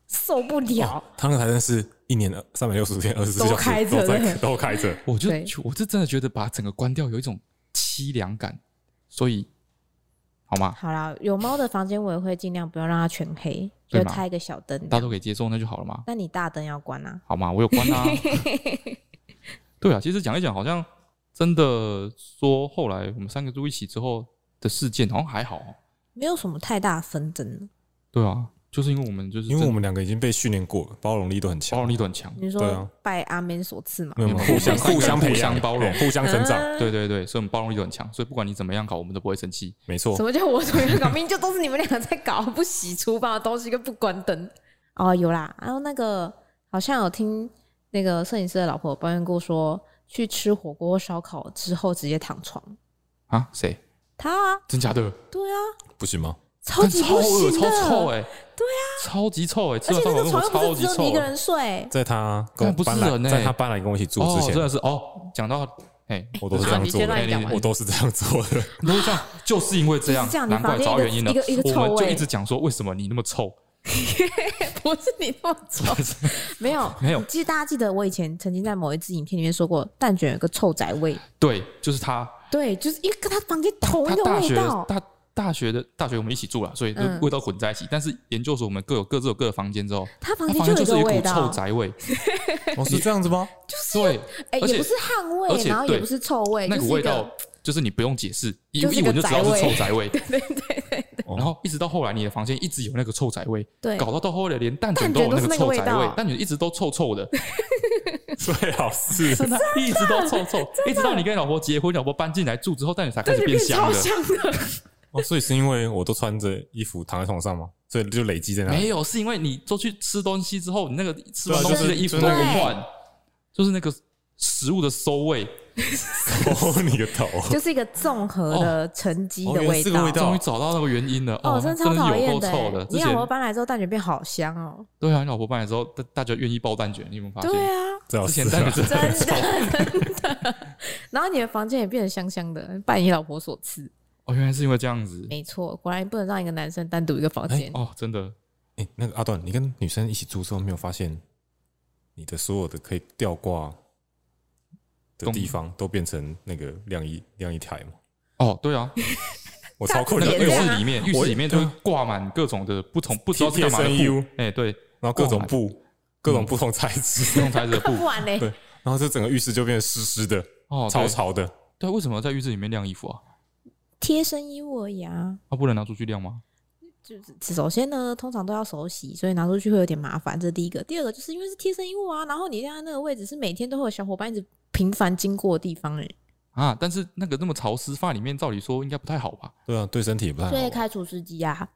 [SPEAKER 1] 受不 了。
[SPEAKER 3] 他那个台灯是一年三百六十天二十四
[SPEAKER 1] 都
[SPEAKER 3] 小时
[SPEAKER 1] 开着
[SPEAKER 3] 都在
[SPEAKER 1] 对
[SPEAKER 3] 都开着。
[SPEAKER 2] 我就
[SPEAKER 1] 对
[SPEAKER 2] 我是真的觉得把整个关掉有一种凄凉感，所以好吗？
[SPEAKER 1] 好啦，有猫的房间我也会尽量不要让它全黑，
[SPEAKER 2] 对
[SPEAKER 1] 就
[SPEAKER 2] 嘛
[SPEAKER 1] 开一个小灯。
[SPEAKER 2] 大家都可以接受，那就好 了嘛，
[SPEAKER 1] 那你大灯要关啊。
[SPEAKER 2] 好吗？我有关 啊。对啊，其实讲一讲，好像真的说后来我们三个住一起之后的事件，好像还好哦。
[SPEAKER 1] 没有什么太大的纷争。
[SPEAKER 2] 对啊，就是因为我们就是
[SPEAKER 3] 因为我们两个已经被训练过了，包容力都很
[SPEAKER 2] 包
[SPEAKER 3] 强，
[SPEAKER 2] 容力都很强，
[SPEAKER 1] 你
[SPEAKER 3] 对
[SPEAKER 1] 说
[SPEAKER 3] 啊
[SPEAKER 1] 拜阿门所赐嘛？
[SPEAKER 3] 没有没有
[SPEAKER 2] 我
[SPEAKER 3] 互
[SPEAKER 2] 们
[SPEAKER 3] 相
[SPEAKER 2] 三个
[SPEAKER 3] 互相培
[SPEAKER 2] 互
[SPEAKER 3] 养
[SPEAKER 2] 相包容
[SPEAKER 3] 对互相成长，
[SPEAKER 1] 啊
[SPEAKER 2] 对对对，所以我们包容力都很强，所以不管你怎么样搞，我们都不会生气。
[SPEAKER 3] 没错
[SPEAKER 1] 什。么叫我怎么样搞？明明就都是你们俩在搞，不洗厨房的东西跟不关灯。哦，有啦，然后那个好像有听那个摄影师的老婆抱怨过说，去吃火锅烧烤之后直接躺床。
[SPEAKER 2] 啊，谁？
[SPEAKER 1] 他啊，
[SPEAKER 2] 真假的？
[SPEAKER 1] 对啊，
[SPEAKER 3] 不行吗？
[SPEAKER 1] 超级
[SPEAKER 2] 干超
[SPEAKER 1] 不
[SPEAKER 2] 恶
[SPEAKER 1] 行
[SPEAKER 2] 超
[SPEAKER 1] 的，
[SPEAKER 2] 臭哎、对啊，超级臭哎、欸，吃
[SPEAKER 1] 而且
[SPEAKER 2] 完
[SPEAKER 1] 那
[SPEAKER 2] 烧烤
[SPEAKER 1] 个
[SPEAKER 2] 之
[SPEAKER 1] 床
[SPEAKER 2] 后
[SPEAKER 1] 又不是
[SPEAKER 2] 超级
[SPEAKER 1] 只有
[SPEAKER 2] 臭
[SPEAKER 1] 你一个
[SPEAKER 2] 欸。
[SPEAKER 1] 人 睡，
[SPEAKER 3] 在他跟我
[SPEAKER 2] 但不是
[SPEAKER 3] 搬来，
[SPEAKER 2] 人欸
[SPEAKER 3] 在他搬来跟我一起住
[SPEAKER 2] 哦
[SPEAKER 3] 之，前
[SPEAKER 2] 真，的是哦，讲到哎，
[SPEAKER 3] 我都是
[SPEAKER 1] 啊
[SPEAKER 3] 这样
[SPEAKER 1] 你
[SPEAKER 3] 做
[SPEAKER 1] 先让你讲
[SPEAKER 3] 的，
[SPEAKER 1] 完
[SPEAKER 3] 我都是这样做的。
[SPEAKER 2] 你都是这样，就是因为这样
[SPEAKER 1] 就是这，样
[SPEAKER 2] 难怪
[SPEAKER 1] 你
[SPEAKER 2] 找
[SPEAKER 1] 房
[SPEAKER 2] 到
[SPEAKER 1] 间
[SPEAKER 2] 原因了
[SPEAKER 1] 一个一个。
[SPEAKER 2] 我
[SPEAKER 1] 臭味
[SPEAKER 2] 们就一直讲说，为什么你那么臭？
[SPEAKER 1] 不是你那么臭， 没有
[SPEAKER 2] 没有
[SPEAKER 1] 其实大家记得我以前曾经在某一支影片里面说过，蛋卷有个臭宅味，
[SPEAKER 2] 对，就是他，
[SPEAKER 1] 对，就是因为跟他房间同一
[SPEAKER 2] 他
[SPEAKER 1] 个
[SPEAKER 2] 大
[SPEAKER 1] 味
[SPEAKER 2] 学
[SPEAKER 1] 道。
[SPEAKER 2] 大大学的大学我们一起住了，所以就
[SPEAKER 1] 嗯
[SPEAKER 2] 味道混在一起。但是研究所我们各有各自有各的房间之后，
[SPEAKER 1] 他房
[SPEAKER 2] 他
[SPEAKER 1] 间
[SPEAKER 2] 房
[SPEAKER 1] 有
[SPEAKER 2] 间就
[SPEAKER 1] 一
[SPEAKER 2] 是
[SPEAKER 1] 个
[SPEAKER 2] 有
[SPEAKER 1] 味
[SPEAKER 2] 一股
[SPEAKER 1] 道
[SPEAKER 2] 臭，宅味，
[SPEAKER 3] 哦，是这样子吗？
[SPEAKER 2] 对，
[SPEAKER 1] 哎、
[SPEAKER 2] 而且
[SPEAKER 1] 也不是汗
[SPEAKER 2] 而
[SPEAKER 1] 味，
[SPEAKER 2] 且
[SPEAKER 1] 然后也不是臭味，
[SPEAKER 2] 那
[SPEAKER 1] 就
[SPEAKER 2] 股
[SPEAKER 1] 是一
[SPEAKER 2] 味
[SPEAKER 1] 个
[SPEAKER 2] 道就是你不用解释，一
[SPEAKER 1] 就是
[SPEAKER 2] 一
[SPEAKER 1] 一个
[SPEAKER 2] 闻就知道是臭
[SPEAKER 1] 宅
[SPEAKER 2] 宅味。
[SPEAKER 3] 哦
[SPEAKER 2] 然后一直到后来，你的房间一直有那个臭宅味，
[SPEAKER 1] 对，
[SPEAKER 2] 搞到到后来连蛋卷
[SPEAKER 1] 蛋
[SPEAKER 2] 都有
[SPEAKER 1] 卷都
[SPEAKER 2] 那
[SPEAKER 1] 是
[SPEAKER 2] 个
[SPEAKER 1] 那个
[SPEAKER 2] 臭
[SPEAKER 1] 味
[SPEAKER 2] 宅味
[SPEAKER 1] 道，
[SPEAKER 2] 蛋卷一直都臭 臭的，
[SPEAKER 3] 最好是
[SPEAKER 2] 真的， 一直都臭臭，一直到你跟老婆结婚，老婆搬进来住之后，蛋卷 才开始
[SPEAKER 1] 就
[SPEAKER 2] 变
[SPEAKER 1] 变
[SPEAKER 2] 香
[SPEAKER 1] 超
[SPEAKER 2] 的。
[SPEAKER 1] 香的。
[SPEAKER 3] 哦，所以是因为我都穿着衣服躺在床上吗？所以就累积在那里。
[SPEAKER 2] 没有，是因为你都去吃东西之后，你那个吃完
[SPEAKER 3] 啊对啊
[SPEAKER 2] 东西的衣服
[SPEAKER 3] 就是
[SPEAKER 2] 都
[SPEAKER 1] 就是那
[SPEAKER 2] 不
[SPEAKER 1] 个
[SPEAKER 2] 换，就是那个食物的馊味，
[SPEAKER 3] 哦，你个头！
[SPEAKER 1] 就是一个综合的沉积
[SPEAKER 3] 哦
[SPEAKER 1] 的
[SPEAKER 3] 原来是这个
[SPEAKER 1] 道。
[SPEAKER 3] 味道
[SPEAKER 2] 终于找到那个原因了。
[SPEAKER 1] 哦，
[SPEAKER 2] 真
[SPEAKER 1] 的超讨
[SPEAKER 2] 是有
[SPEAKER 1] 厌
[SPEAKER 2] 够臭
[SPEAKER 1] 欸
[SPEAKER 2] 的。！
[SPEAKER 1] 你
[SPEAKER 2] 之
[SPEAKER 1] 老婆
[SPEAKER 2] 前
[SPEAKER 1] 搬来之后，蛋卷变好香哦。
[SPEAKER 2] 对啊，你老婆搬来之后，大大家愿意包蛋卷，你有没有发现？
[SPEAKER 1] 对啊，
[SPEAKER 3] 最好
[SPEAKER 2] 之
[SPEAKER 3] 哦是
[SPEAKER 2] 前蛋 卷真的很
[SPEAKER 1] 真
[SPEAKER 2] 臭
[SPEAKER 1] 的。 然后你的房间也变得香香的，拜你老婆所赐。
[SPEAKER 2] 哦，原来是因为这样子。
[SPEAKER 1] 没错，果然不能让一个男生单独一个房间。
[SPEAKER 2] 哦，真的，
[SPEAKER 3] 哎，那个阿段，你跟女生一起住之后，没有发现你的所有的可以吊挂的地方都变成那个晾衣晾衣台吗？
[SPEAKER 2] 哦，对啊，
[SPEAKER 3] 我超困
[SPEAKER 2] 那个
[SPEAKER 3] 扰，因
[SPEAKER 2] 浴
[SPEAKER 3] 为我
[SPEAKER 2] 室里面，浴室
[SPEAKER 3] 我
[SPEAKER 2] 里面
[SPEAKER 3] 对
[SPEAKER 2] 都
[SPEAKER 3] 啊
[SPEAKER 2] 会挂满各种的不同，不知道是干嘛的
[SPEAKER 3] 贴身衣
[SPEAKER 2] 布
[SPEAKER 3] 物。
[SPEAKER 2] 哎，对，
[SPEAKER 3] 然后各
[SPEAKER 2] 挂
[SPEAKER 3] 种
[SPEAKER 2] 满
[SPEAKER 3] 布，各种不同材
[SPEAKER 2] 不
[SPEAKER 3] 质，
[SPEAKER 2] 同材质的布
[SPEAKER 1] 不。 然嘞，
[SPEAKER 3] 对，然后这整个浴室就变得湿湿的、
[SPEAKER 2] 哦，
[SPEAKER 3] 潮
[SPEAKER 2] 对。
[SPEAKER 3] 潮的。
[SPEAKER 2] 对，为什么要在浴室里面晾衣服啊？
[SPEAKER 1] 贴身衣物而已啊。
[SPEAKER 2] 啊，不能拿出去晾吗？
[SPEAKER 1] 首先呢，通常都要手洗，所以拿出去会有点麻烦，这是第一个。第二个就是因为是贴身衣物啊，然后你晾在那个位置是每天都会有小伙伴一直频繁经过的地方、欸，
[SPEAKER 2] 啊，但是那个那么潮湿，放在里面，照理说应该不太好吧？
[SPEAKER 3] 对啊，对身体也不太
[SPEAKER 1] 所以
[SPEAKER 3] 好。
[SPEAKER 1] 开除司机啊。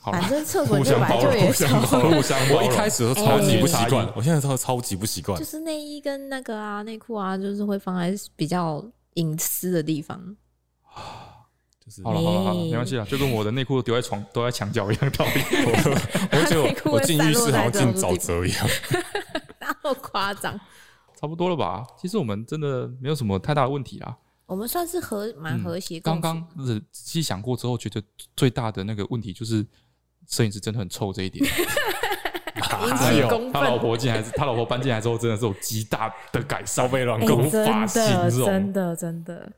[SPEAKER 2] 好啦
[SPEAKER 1] 反正厕所
[SPEAKER 3] 互
[SPEAKER 1] 就本
[SPEAKER 3] 相
[SPEAKER 1] 来
[SPEAKER 3] 包
[SPEAKER 1] 就
[SPEAKER 3] 容，
[SPEAKER 1] 也
[SPEAKER 3] 互相包容，
[SPEAKER 2] 互相包容
[SPEAKER 3] 我一开始都超级不习惯
[SPEAKER 2] 哎，
[SPEAKER 3] 我现在超超级不习惯
[SPEAKER 1] 就。是内衣跟那个啊内裤啊，就是会放在比较隐私的地方。
[SPEAKER 3] 就是
[SPEAKER 2] 好了好了好了，哦没关系啦，就跟我的内裤丢在床都在墙角一样道理。
[SPEAKER 3] 我觉
[SPEAKER 1] 内
[SPEAKER 3] 得
[SPEAKER 1] 裤
[SPEAKER 3] 我
[SPEAKER 1] 会
[SPEAKER 3] 我进浴室好像
[SPEAKER 1] 散落在
[SPEAKER 3] 进
[SPEAKER 1] 这种
[SPEAKER 3] 沼泽一样。
[SPEAKER 1] 那么夸张？
[SPEAKER 2] 差不多了吧？其实我们真的没有什么太大的问题啦。
[SPEAKER 1] 我们算是和
[SPEAKER 3] 嗯
[SPEAKER 1] 蛮和谐共
[SPEAKER 2] 刚
[SPEAKER 1] 处。
[SPEAKER 2] 刚仔细想过之后，觉得最大的那个问题就是摄影师真的很臭这一 点。
[SPEAKER 1] 引
[SPEAKER 3] 哪
[SPEAKER 1] 起
[SPEAKER 3] 有
[SPEAKER 1] 公
[SPEAKER 2] 他老
[SPEAKER 1] 愤，
[SPEAKER 2] 婆进来，他老婆搬进来之后，真的是有极大的改善
[SPEAKER 3] 烧被乱
[SPEAKER 1] 哎
[SPEAKER 3] 攻
[SPEAKER 1] 真
[SPEAKER 3] 法性
[SPEAKER 1] 的
[SPEAKER 3] 这
[SPEAKER 1] 真
[SPEAKER 3] 种，
[SPEAKER 1] 的真 的，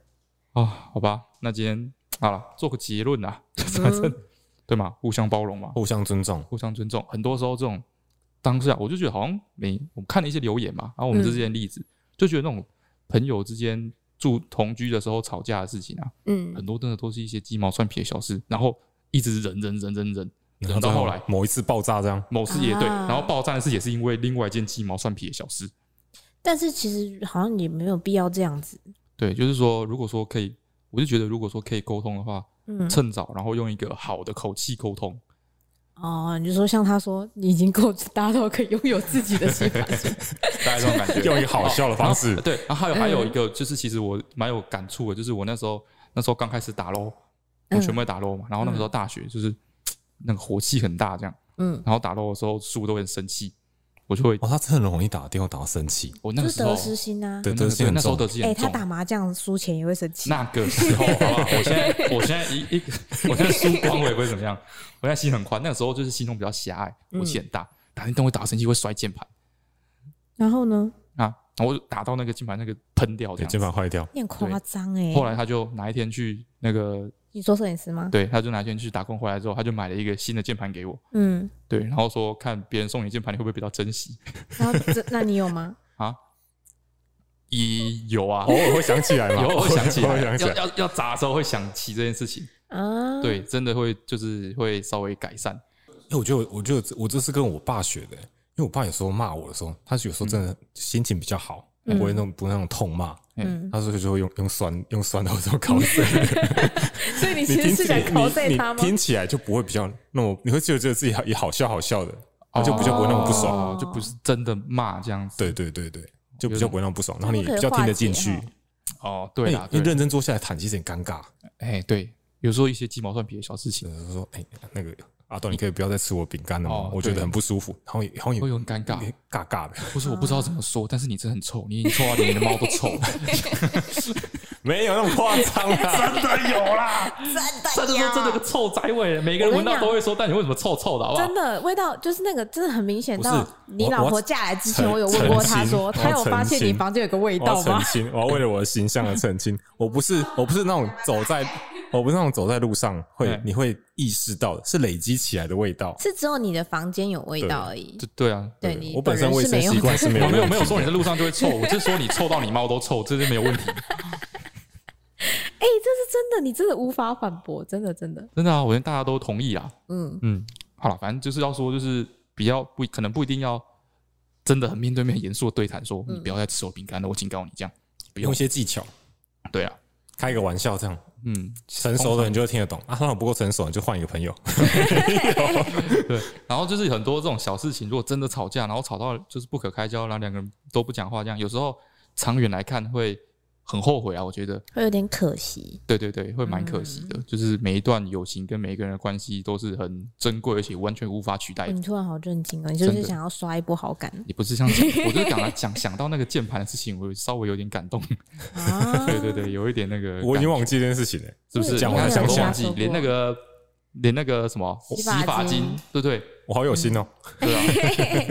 [SPEAKER 2] 啊。好吧，那今天好了，做个结论啊
[SPEAKER 1] 嗯
[SPEAKER 2] 啦，反正对嘛，互相包容嘛，
[SPEAKER 3] 哦互相尊重。
[SPEAKER 2] 互相尊重。很多时候这种当下我就觉得好像没，我们看了一些留言嘛，然后我们这之间的例子，就觉得那种朋友之间住同居的时候吵架的事情啊，
[SPEAKER 6] 嗯，
[SPEAKER 2] 很多真的都是一些鸡毛蒜皮的小事，然后一直忍忍忍忍忍，
[SPEAKER 3] 然
[SPEAKER 2] 忍到后来
[SPEAKER 3] 某一次爆炸这样，
[SPEAKER 2] 某事也对，
[SPEAKER 6] 啊
[SPEAKER 2] 然后爆炸的事也是因为另外一件鸡毛蒜皮的小事。
[SPEAKER 1] 但是其实好像也没有必要这样子，
[SPEAKER 2] 对，就是说，如果说可以，我就觉得如果说可以沟通的话，
[SPEAKER 1] 嗯，
[SPEAKER 2] 趁早，然后用一个好的口气沟通。
[SPEAKER 1] 哦，你就说像他说，你已经够大家都可以拥有自己的想法，是吗
[SPEAKER 2] 大概这种感觉，
[SPEAKER 3] 用一个好笑的方式
[SPEAKER 2] 然后 对，然后还有还有
[SPEAKER 1] 嗯
[SPEAKER 2] 一个就是，其实我蛮有感触的，就是我那时候那时候刚开始打 LO，我
[SPEAKER 1] 嗯
[SPEAKER 2] 全部在打 LO 嘛，然后那个时候大学就是那个火气很大这样，
[SPEAKER 1] 嗯，
[SPEAKER 2] 然后打 LO 的时候输都会很生气，我就会
[SPEAKER 3] 哦，他真的很容易打电话打到生气，
[SPEAKER 2] 我那
[SPEAKER 1] 就
[SPEAKER 2] 个
[SPEAKER 1] 是
[SPEAKER 2] 时候
[SPEAKER 1] 得失心啊。
[SPEAKER 3] 对
[SPEAKER 2] 那
[SPEAKER 3] 德
[SPEAKER 2] 个对
[SPEAKER 3] 性很
[SPEAKER 2] 那时候
[SPEAKER 3] 重
[SPEAKER 2] 得失
[SPEAKER 1] 哎、
[SPEAKER 2] 很
[SPEAKER 1] 他
[SPEAKER 2] 重。
[SPEAKER 1] 打麻将输钱也会生气，
[SPEAKER 2] 那个时 候，好不好？我现在，我现在一一，我现在输光我也不会怎么样。我现在心很宽，那个时候就是心胸比较狭隘，火气很大，打电动会打生气，会摔键盘
[SPEAKER 1] 然后呢，
[SPEAKER 2] 啊，然后我就打到那个键盘那个喷掉这
[SPEAKER 3] 对
[SPEAKER 2] 样
[SPEAKER 3] 键
[SPEAKER 2] 子。
[SPEAKER 3] 盘坏掉，
[SPEAKER 1] 你很夸张哎。
[SPEAKER 2] 后来他就哪一天去那个，
[SPEAKER 1] 你说摄影师吗？
[SPEAKER 2] 对，他就哪一天去打工回来之后，他就买了一个新的键盘给我，
[SPEAKER 1] 嗯，
[SPEAKER 2] 对，然后说看别人送你键盘，你会不会比较珍惜
[SPEAKER 1] 然后这那你有 吗？
[SPEAKER 2] 啊？一有啊
[SPEAKER 3] 偶，尔会想起来 嘛，
[SPEAKER 2] 有我想起
[SPEAKER 3] 偶
[SPEAKER 2] 来
[SPEAKER 3] 尔，哦想起
[SPEAKER 2] 要
[SPEAKER 3] 来，
[SPEAKER 2] 要要砸的时候会想起这件事情，
[SPEAKER 1] 啊，，
[SPEAKER 2] 对，真的会就是会稍微改善。
[SPEAKER 3] 哎，我觉得我我觉得我这是跟我爸学的，欸因为我爸有时候骂我的时候，他有时候真的心情比较好，不会那种不会那种痛骂，
[SPEAKER 1] 嗯，
[SPEAKER 3] 他说就会用用酸用酸的这种口水，
[SPEAKER 1] 所以你
[SPEAKER 3] 你
[SPEAKER 1] 其实是想
[SPEAKER 3] 起
[SPEAKER 1] 拷贝他吗
[SPEAKER 3] 你你？听起来就不会比较那么，你会觉得自己好也好笑好笑的，那就比较不会那么不爽。
[SPEAKER 2] 哦就不是真的骂这样子。
[SPEAKER 3] 对对对对，就比较不会那么不爽，然后
[SPEAKER 1] 这
[SPEAKER 3] 你
[SPEAKER 1] 样
[SPEAKER 3] 比
[SPEAKER 1] 就可
[SPEAKER 3] 较
[SPEAKER 1] 以
[SPEAKER 3] 听得
[SPEAKER 1] 化
[SPEAKER 3] 进
[SPEAKER 1] 解
[SPEAKER 3] 去。
[SPEAKER 1] 哈
[SPEAKER 2] 哦，对啦，
[SPEAKER 3] 你
[SPEAKER 2] 对
[SPEAKER 3] 你
[SPEAKER 2] 啦，
[SPEAKER 3] 认真坐下来谈，其实很尴尬。
[SPEAKER 2] 哎，对，有时候一些鸡毛蒜皮的小事情
[SPEAKER 3] 就是说，哎，那个阿段，你可以不要再吃我饼干了吗
[SPEAKER 2] 哦？
[SPEAKER 3] 我觉得
[SPEAKER 2] 对
[SPEAKER 3] 很不舒服，然后也然后也
[SPEAKER 2] 会很尴尬，
[SPEAKER 3] 也尬尬的。
[SPEAKER 2] 或是我不知道怎么说，但是你真的很臭，你已经臭到连你的猫都臭 了。
[SPEAKER 3] 没有那么夸张啊 啦，
[SPEAKER 2] 真的有啦，真的
[SPEAKER 6] 有
[SPEAKER 2] 是真的
[SPEAKER 1] 哎
[SPEAKER 2] 个臭宅味，每个人闻到都会说，但你为什么臭臭的，好不好
[SPEAKER 1] 真？的味道就是那个，真的很明显。
[SPEAKER 3] 不是
[SPEAKER 1] 到你
[SPEAKER 3] 我
[SPEAKER 1] 老
[SPEAKER 3] 我
[SPEAKER 1] 婆嫁来之前，
[SPEAKER 3] 澄
[SPEAKER 1] 我有问过
[SPEAKER 3] 澄
[SPEAKER 1] 她
[SPEAKER 3] 清
[SPEAKER 1] 说，
[SPEAKER 3] 我
[SPEAKER 1] 她有
[SPEAKER 3] 澄
[SPEAKER 1] 发现你
[SPEAKER 3] 清
[SPEAKER 1] 房间有个味
[SPEAKER 3] 我要
[SPEAKER 1] 道吗
[SPEAKER 3] 澄？清，我要为了我的形象而澄清，我不是我不是那种走在我不是那种走在路上会
[SPEAKER 2] 对
[SPEAKER 3] 你会意识到的，是累积起来的味道。
[SPEAKER 1] 是只有你的房间有味道而已。
[SPEAKER 2] 对对啊，
[SPEAKER 1] 对你
[SPEAKER 3] 我本身
[SPEAKER 1] 人
[SPEAKER 3] 卫
[SPEAKER 1] 是
[SPEAKER 3] 生
[SPEAKER 1] 没有
[SPEAKER 3] 习惯是没有
[SPEAKER 2] 我没有
[SPEAKER 3] 问
[SPEAKER 2] 没
[SPEAKER 3] 题
[SPEAKER 2] 有说你在路上就会臭，我就说你臭到你猫都臭，这是没有问题。
[SPEAKER 1] 哎、这是真的，你真的无法反驳，真的真的。
[SPEAKER 2] 真的啊，我觉得大家都同意啊。
[SPEAKER 1] 嗯，
[SPEAKER 2] 嗯，好了，反正就是要说，就是比较不可能不一定要真的很面对面严肃的对谈，说
[SPEAKER 1] 嗯
[SPEAKER 2] 你不要再吃我饼干了，我警告你这样。不
[SPEAKER 3] 用
[SPEAKER 2] 用
[SPEAKER 3] 一，些技巧，
[SPEAKER 2] 对啊，
[SPEAKER 3] 开个玩笑这样，
[SPEAKER 2] 嗯，
[SPEAKER 3] 成熟的人就会听得懂啊。那我不够成熟，你就换一个朋友。
[SPEAKER 2] 对。然后就是很多这种小事情，如果真的吵架，然后吵到就是不可开交，然后两个人都不讲话，这样有时候长远来看会很后悔啊。我觉得，
[SPEAKER 1] 会有点可惜。
[SPEAKER 2] 对对对，会蛮可惜
[SPEAKER 1] 嗯
[SPEAKER 2] 的。就是每一段友情跟每一个人的关系都是很珍贵，而且完全无法取代的。
[SPEAKER 1] 哎你突然好震惊哦！你是不
[SPEAKER 2] 真
[SPEAKER 1] 是
[SPEAKER 2] 的
[SPEAKER 1] 想要刷一波好 感
[SPEAKER 2] 也不是像讲，我就是讲了讲想到那个键盘的事情，我稍微有点感动。
[SPEAKER 1] 啊？
[SPEAKER 2] 对对对，有一点那个感，
[SPEAKER 3] 我已经忘记这件事情了，
[SPEAKER 2] 是不是
[SPEAKER 3] 讲
[SPEAKER 2] 你
[SPEAKER 3] 完
[SPEAKER 2] 看
[SPEAKER 3] 想
[SPEAKER 2] 我都
[SPEAKER 3] 起来
[SPEAKER 2] 忘记，连那个连那个什么
[SPEAKER 1] 洗
[SPEAKER 2] 洗
[SPEAKER 1] 发
[SPEAKER 2] 发
[SPEAKER 1] 精
[SPEAKER 2] 精，对不对？
[SPEAKER 3] 我好有心哦。
[SPEAKER 2] 对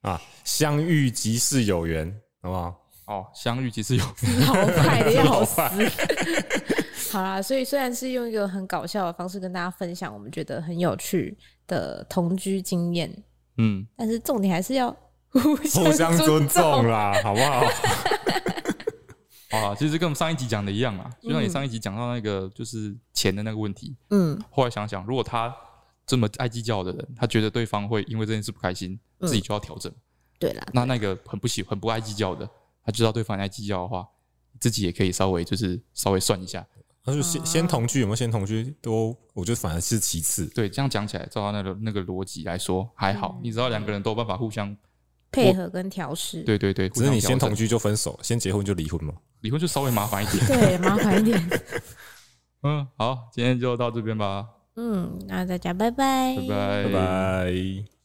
[SPEAKER 2] 啊，
[SPEAKER 3] 啊，相遇即是有缘，好不好？
[SPEAKER 2] 哦，相遇其实有
[SPEAKER 1] 好快 的要死。
[SPEAKER 3] 快
[SPEAKER 1] 好啦，所以虽然是用一个很搞笑的方式跟大家分享我们觉得很有趣的同居经验，
[SPEAKER 2] 嗯，
[SPEAKER 1] 但是重点还是要互相
[SPEAKER 3] 互相尊重
[SPEAKER 1] 重。
[SPEAKER 3] 啦，好不好？
[SPEAKER 2] 啊，其实跟我们上一集讲的一样啊，就像你上一集讲到那个就是钱的那个问题，
[SPEAKER 1] 嗯，
[SPEAKER 2] 后来想想，如果他这么爱计较的人，他觉得对方会因为这件事不开心，自己就要调整。
[SPEAKER 1] 对啦，
[SPEAKER 2] 那那个很不喜很不爱计较的，他知道对方很爱计较的话，自己也可以稍微就是稍微算一下。
[SPEAKER 3] 那就先先同居有没有先同居都，我觉得反而是其次。
[SPEAKER 2] 对，这样讲起来，照他那个那个逻辑来说，还好，你只要两个人都有办法互相，
[SPEAKER 1] 配合跟调试，
[SPEAKER 2] 对对对，
[SPEAKER 3] 只是你
[SPEAKER 2] 互相
[SPEAKER 3] 先
[SPEAKER 2] 调整
[SPEAKER 3] 同居就分手，先结婚就离婚嘛。
[SPEAKER 2] 离婚就稍微麻烦一点。
[SPEAKER 1] 对，麻烦一点。
[SPEAKER 2] 嗯，好，今天就到这边吧，
[SPEAKER 1] 嗯，那大家拜拜，
[SPEAKER 2] 拜拜，
[SPEAKER 3] 拜拜。